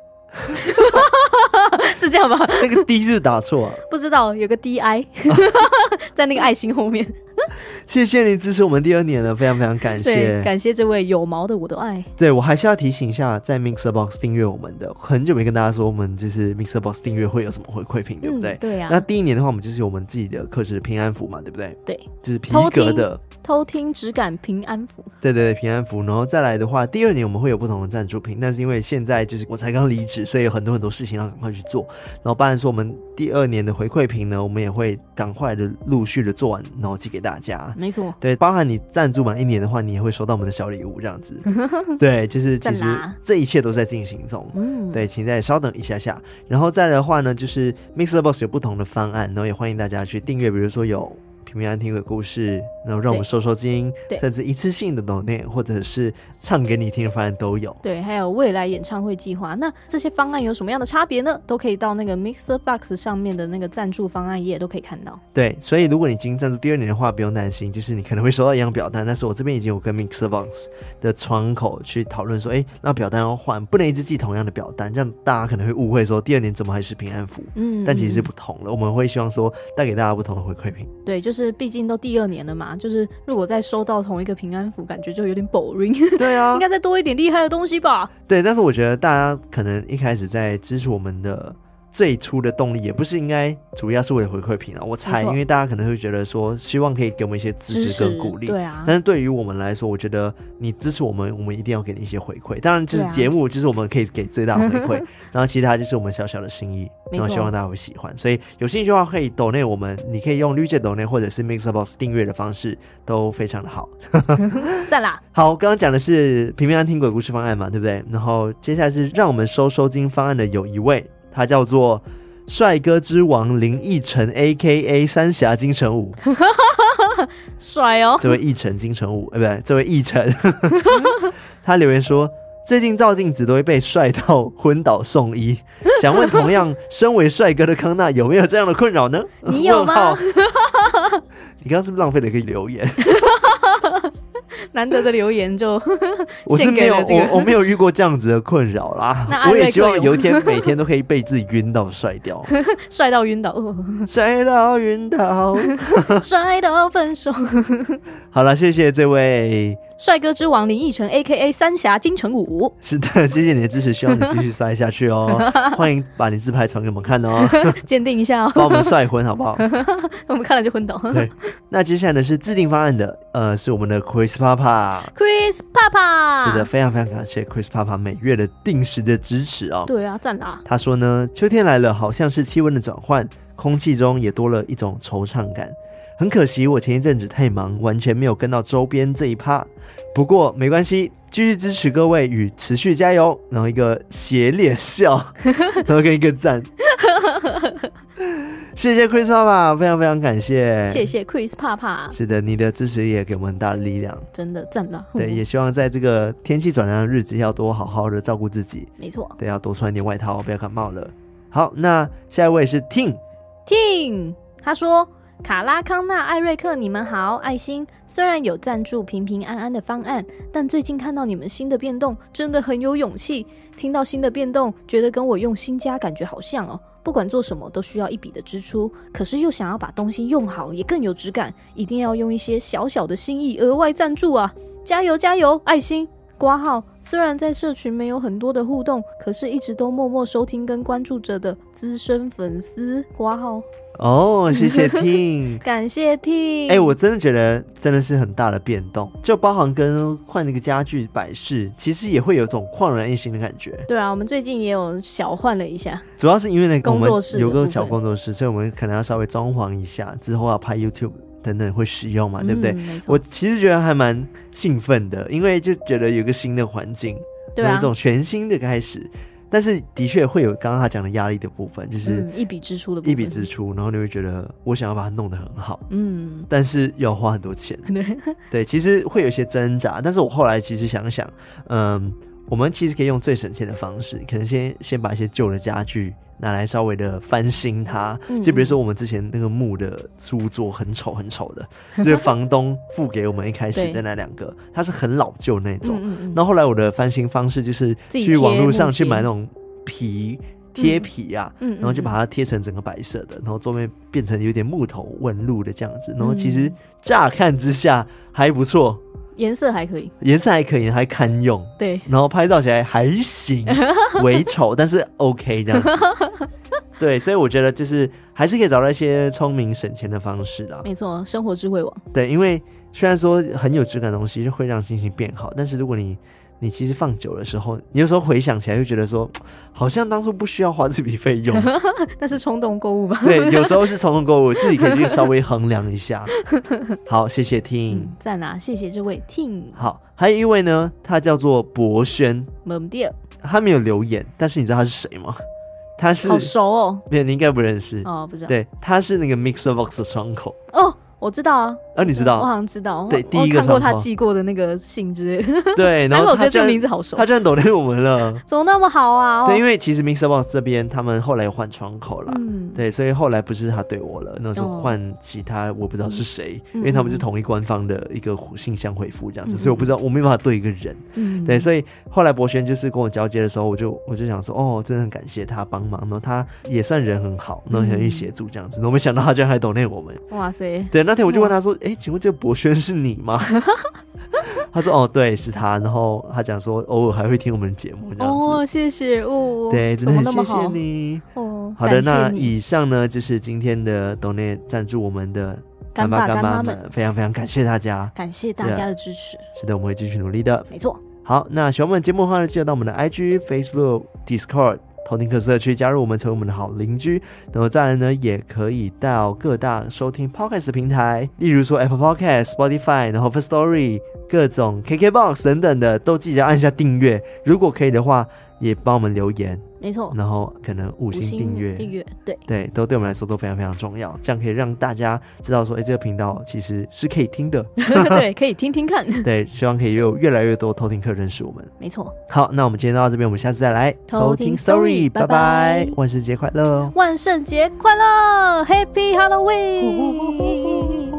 [SPEAKER 2] 滴， 是这样吧？
[SPEAKER 1] 那个 D 字打错、啊，
[SPEAKER 2] 不知道有个 DI 在那个爱心后面。
[SPEAKER 1] 谢谢你支持我们第二年了，非常非常感
[SPEAKER 2] 对，
[SPEAKER 1] 谢。
[SPEAKER 2] 感谢这位有毛的我都爱。
[SPEAKER 1] 对，我还是要提醒一下，在 Mixer Box 订阅我们的，很久没跟大家说我们就是 Mixer Box 订阅会有什么回馈品，对不对？
[SPEAKER 2] 嗯、对
[SPEAKER 1] 那
[SPEAKER 2] 啊，
[SPEAKER 1] 第一年的话，我们就是有我们自己的克制平安符嘛，对不对？
[SPEAKER 2] 对，
[SPEAKER 1] 就是皮
[SPEAKER 2] 偷
[SPEAKER 1] 革
[SPEAKER 2] 听
[SPEAKER 1] 的，
[SPEAKER 2] 偷听只感平安符。
[SPEAKER 1] 对对对，平安符。然后再来的话，第二年我们会有不同的赞助品，但是因为现在就是我才刚离职，所以有很多很多事情要赶快去做。然后，当然说我们第二年的回馈品呢，我们也会赶快的陆续的做完，然后寄给大家。
[SPEAKER 2] 没错，
[SPEAKER 1] 对，包含你赞助满一年的话，你也会收到我们的小礼物，这 样子。对，就是其
[SPEAKER 2] 赞
[SPEAKER 1] 实
[SPEAKER 2] 啦
[SPEAKER 1] 这一切都在进行中。
[SPEAKER 2] 啊嗯，
[SPEAKER 1] 对，请再稍等一下下。然后再来的话呢，就是 Mixer Box 有不同的方案，然后也欢迎大家去订阅，比如说有平平安安听鬼故事，然后让我们
[SPEAKER 2] 对
[SPEAKER 1] 收收金
[SPEAKER 2] 对，
[SPEAKER 1] 甚至一次性的 d o 或者是唱给你听的方案都有。
[SPEAKER 2] 对，还有未来演唱会计划，那这些方案有什么样的差别呢？都可以到那个 Mixer Box 上面的那个赞助方案页都可以看到。
[SPEAKER 1] 对，所以如果你已经赞助第二年的话，不用担心，就是你可能会收到一样表单，但是我这边已经有跟 Mixer Box 的窗口去讨论说，哎，那表单要换，不能一直寄同样的表单，这样大家可能会误会说第二年怎么还是平安符，
[SPEAKER 2] 嗯，
[SPEAKER 1] 但其实是
[SPEAKER 2] 嗯
[SPEAKER 1] 不同的，我们会希望说带给大家不同的回馈品。
[SPEAKER 2] 对，就是毕竟都第二年了嘛，就是如果再收到同一个平安符，感觉就有点 boring，、
[SPEAKER 1] 对啊，
[SPEAKER 2] 应该再多一点厉害的东西吧。
[SPEAKER 1] 对，但是我觉得大家可能一开始在支持我们的最初的动力，也不是应该主要是为了回馈品啊。我猜，
[SPEAKER 2] 没错
[SPEAKER 1] 因为大家可能会觉得说，希望可以给我们一些支持跟鼓励。
[SPEAKER 2] 对啊，
[SPEAKER 1] 但是对于我们来说，我觉得你支持我们，我们一定要给你一些回馈。当然，就是
[SPEAKER 2] 对啊
[SPEAKER 1] 节目，就是我们可以给最大的回 馈，然后其他就是我们小小的心意，
[SPEAKER 2] 没
[SPEAKER 1] 然后
[SPEAKER 2] 错
[SPEAKER 1] 希望大家会喜欢。所以有兴趣的话，可以抖内我们，你可以用绿界抖内或者是 Mixer Box 订阅的方式，都非常的好。嗯
[SPEAKER 2] 赞啦，
[SPEAKER 1] 好，刚刚讲的是平平安听鬼故事方案嘛，对不对？然后接下来是让我们收收金方案的有一位，他叫做帅哥之王林奕晨 （A K A 三峡金城武）。
[SPEAKER 2] 帅哦，
[SPEAKER 1] 这位奕晨金城武，呃，不对，这位奕晨， 他留言说。最近照镜子都会被帅到昏倒送医，想问同样身为帅哥的康纳有没有这样的困扰呢？
[SPEAKER 2] 你有吗
[SPEAKER 1] 问号？你刚刚是不是浪费了一个留言？
[SPEAKER 2] 难得的留言就
[SPEAKER 1] 我是
[SPEAKER 2] 献
[SPEAKER 1] 没
[SPEAKER 2] 给
[SPEAKER 1] 有，
[SPEAKER 2] 了这个
[SPEAKER 1] 我我没有遇过这样子的困扰啦
[SPEAKER 2] 那。阿
[SPEAKER 1] 我
[SPEAKER 2] 瑞
[SPEAKER 1] 也希
[SPEAKER 2] 克
[SPEAKER 1] 望
[SPEAKER 2] 有
[SPEAKER 1] 有一天每天都可以被自己晕到摔掉，
[SPEAKER 2] 帅 到晕倒，哦
[SPEAKER 1] 摔到晕倒。
[SPEAKER 2] 帅到分手。
[SPEAKER 1] 好了，谢谢这位，
[SPEAKER 2] 帅哥之王林奕晨 A K A 三峡金城武，
[SPEAKER 1] 是的，谢谢你的支持，希望你继续摔下去哦。 欢迎把你自拍传给我们看哦，
[SPEAKER 2] 鉴定一下哦，
[SPEAKER 1] 把我们帅昏好不好？
[SPEAKER 2] 我们看了就昏倒。
[SPEAKER 1] 对，那接下来呢是制定方案的，呃，是我们的 Chris Papa。
[SPEAKER 2] Chris 爸爸，
[SPEAKER 1] 是的，，非常非常感谢 Chris Papa 每月的定时的支持哦。
[SPEAKER 2] 对啊，赞啦，
[SPEAKER 1] 他说呢，秋天来了，好像是气温的转换，空气中也多了一种惆怅感。很可惜，我前一阵子太忙，完全没有跟到周边这一趴。不过没关系，继续支持各位与持续加油。然后一个斜脸 笑，然后跟一个赞。谢谢 Chris 爸爸，非常非常感谢。
[SPEAKER 2] 谢谢 Chris 帕帕，
[SPEAKER 1] 是的，你的支持也给我们很大的力量。
[SPEAKER 2] 真的赞了。嗯
[SPEAKER 1] 对，也希望在这个天气转凉的日子，要多好好的照顾自己。
[SPEAKER 2] 没错。
[SPEAKER 1] 对，要多穿一点外套，不要感冒了。好，那下一位是 Ting，
[SPEAKER 2] Ting，他说：“卡拉康纳、艾瑞克，你们好，爱心。虽然有赞助平平安安的方案，但最近看到你们新的变动，真的很有勇气。听到新的变动，觉得跟我用新家感觉好像哦。不管做什么都需要一笔的支出，可是又想要把东西用好，也更有质感，一定要用一些小小的心意额外赞助啊！加油加油，爱心！”挂号虽然在社群没有很多的互动，可是一直都默默收听跟关注着的资深粉丝挂号。
[SPEAKER 1] 哦，谢 谢 Ting。
[SPEAKER 2] 感谢 T。
[SPEAKER 1] 哎、我真的觉得真的是很大的变动，就包含跟换那个家具摆饰，其实也会有种焕然一新的感觉。
[SPEAKER 2] 对啊，我们最近也有小换了一下，
[SPEAKER 1] 主要是因为那个我
[SPEAKER 2] 工
[SPEAKER 1] 们
[SPEAKER 2] 作室的
[SPEAKER 1] 有个
[SPEAKER 2] 部分
[SPEAKER 1] 小工作室，所以我们可能要稍微装潢一下，之后要拍 YouTube 等等会使用啊嘛，对不对？
[SPEAKER 2] 嗯没错
[SPEAKER 1] 我其实觉得还蛮兴奋的，因为就觉得有个新的环境，
[SPEAKER 2] 对
[SPEAKER 1] 有
[SPEAKER 2] 啊
[SPEAKER 1] 一，种全新的开始。但是的确会有刚刚他讲的压力的部分，就是
[SPEAKER 2] 嗯，一笔支出的部分
[SPEAKER 1] 一笔支，出，然后你会觉得我想要把它弄得很好，
[SPEAKER 2] 嗯，
[SPEAKER 1] 但是要花很多钱。
[SPEAKER 2] 对，
[SPEAKER 1] 对，其实会有一些挣扎，但是我后来其实想想，嗯，我们其实可以用最省钱的方式，可能先先把一些旧的家具拿来稍微的翻新它，
[SPEAKER 2] 嗯
[SPEAKER 1] 就比如说我们之前那个木的书桌很丑很丑的，就是房东付给我们一开始
[SPEAKER 2] 对
[SPEAKER 1] 的那两个，它是很老旧那种。
[SPEAKER 2] 嗯嗯嗯，
[SPEAKER 1] 然后后来我的翻新方式就是
[SPEAKER 2] 自己
[SPEAKER 1] 去网
[SPEAKER 2] 贴
[SPEAKER 1] 络
[SPEAKER 2] 木
[SPEAKER 1] 上去
[SPEAKER 2] 贴
[SPEAKER 1] 买那种皮贴皮啊，
[SPEAKER 2] 嗯，
[SPEAKER 1] 然后就把
[SPEAKER 2] 它
[SPEAKER 1] 它贴成整个白色的，然后桌面变成有点木头纹路的这样子。然后其实乍看之下还不错，
[SPEAKER 2] 颜色还可以，
[SPEAKER 1] 颜色还可以，还堪用，
[SPEAKER 2] 对，
[SPEAKER 1] 然后拍照起来还行，微丑，但是 OK 这样子。对，所以我觉得就是还是可以找到一些聪明省钱的方式啦。
[SPEAKER 2] 没错，生活智慧网，
[SPEAKER 1] 对，因为虽然说很有质感的东西就会让心情变好，但是如果你你其实放久的时候，你有时候回想起来就觉得说，好像当初不需要花这笔费用，
[SPEAKER 2] 那是冲动购物 吧？
[SPEAKER 1] 对，有时候是冲动购物，自己可以去稍微衡量一 下。好，谢谢听。
[SPEAKER 2] 嗯，赞啦，谢谢这位 Ting
[SPEAKER 1] 好，还有一位呢，他叫做博轩，
[SPEAKER 2] m d e
[SPEAKER 1] 他没有留言，但是你知道他是谁吗？他是
[SPEAKER 2] 好熟哦，
[SPEAKER 1] 没有，你应该不认识。
[SPEAKER 2] 哦，不知道，
[SPEAKER 1] 对，他是那个 Mixer Box 的窗口，
[SPEAKER 2] 哦，我知道啊。
[SPEAKER 1] 啊，你知
[SPEAKER 2] 我好
[SPEAKER 1] 道？
[SPEAKER 2] 像知道，
[SPEAKER 1] 对
[SPEAKER 2] 我
[SPEAKER 1] 第一个
[SPEAKER 2] 我看
[SPEAKER 1] 窗
[SPEAKER 2] 过他
[SPEAKER 1] 口
[SPEAKER 2] 寄过的那个信之类的，
[SPEAKER 1] 对，然
[SPEAKER 2] 但是
[SPEAKER 1] 后
[SPEAKER 2] 我
[SPEAKER 1] 他
[SPEAKER 2] 觉得
[SPEAKER 1] 居
[SPEAKER 2] 这个
[SPEAKER 1] 然
[SPEAKER 2] 名字好熟
[SPEAKER 1] 他，居然抖内我们了。
[SPEAKER 2] 怎么那么好啊？哦
[SPEAKER 1] 对，因为其实 Mixer Box 这边他们后来有换窗口啦。
[SPEAKER 2] 嗯，
[SPEAKER 1] 对，所以后来不是他对我了，那时候
[SPEAKER 2] 哦
[SPEAKER 1] 换其他我不知道是谁，
[SPEAKER 2] 嗯
[SPEAKER 1] 因为他们是同一官方的一个信箱回复这样子，
[SPEAKER 2] 嗯
[SPEAKER 1] 所以我不知道我没办法对一个人。
[SPEAKER 2] 嗯
[SPEAKER 1] 对，所以后来博轩就是跟我交接的时候，我就我就想说，哦，真的很感谢他帮忙，然后他也算人很好，然后
[SPEAKER 2] 嗯
[SPEAKER 1] 很愿意协助这样子，然后没想到他居然还抖内我们。
[SPEAKER 2] 哇塞，
[SPEAKER 1] 对，那天我就问他说，哎、请问这个博轩是你吗？ 他说，哦，对，是他。然后他讲说，偶尔还会听我们的节目这样子。
[SPEAKER 2] 哦，谢谢哦，
[SPEAKER 1] 对，真的很
[SPEAKER 2] 怎么那
[SPEAKER 1] 谢
[SPEAKER 2] 么好
[SPEAKER 1] 谢你。
[SPEAKER 2] 哦，
[SPEAKER 1] 好的，
[SPEAKER 2] 感谢
[SPEAKER 1] 那
[SPEAKER 2] 你
[SPEAKER 1] 以上呢就是今天的 d o n a t 赞助我们的
[SPEAKER 2] 干
[SPEAKER 1] 爸
[SPEAKER 2] 爸
[SPEAKER 1] 干
[SPEAKER 2] 干
[SPEAKER 1] 妈
[SPEAKER 2] 妈
[SPEAKER 1] 们，非常非常感谢大家。
[SPEAKER 2] 感谢大
[SPEAKER 1] 对啊
[SPEAKER 2] 家的支持，
[SPEAKER 1] 是的，我们会继续努力的。
[SPEAKER 2] 没错，
[SPEAKER 1] 好，那喜欢我们的节目的话呢，记得到我们的 IG、Facebook、Discord。头听客社区加入我们，成为我们的好邻居。然后再来呢，也可以到各大收听 Podcast 的平台，例如说 Apple Podcast、Spotify，然后 First Story、各种 KKBox 等等的，都记得按下订阅。如果可以的话，也帮我们留言，
[SPEAKER 2] 没错，
[SPEAKER 1] 然后可能五
[SPEAKER 2] 五
[SPEAKER 1] 星订阅，
[SPEAKER 2] 订阅，对，
[SPEAKER 1] 对，都对我们来说都非常非常重要。这样可以让大家知道说，哎，这个频道其实是可以听 的。
[SPEAKER 2] 对，可以听听看，
[SPEAKER 1] 对，希望可以有越来越多偷听客认识我们。
[SPEAKER 2] 没错，
[SPEAKER 1] 好，那我们今天到这边，我们下次再来
[SPEAKER 2] 偷听 story，
[SPEAKER 1] 拜
[SPEAKER 2] 拜
[SPEAKER 1] 拜
[SPEAKER 2] 拜，
[SPEAKER 1] 万圣节快乐哦！
[SPEAKER 2] 万圣节快乐，Happy Halloween。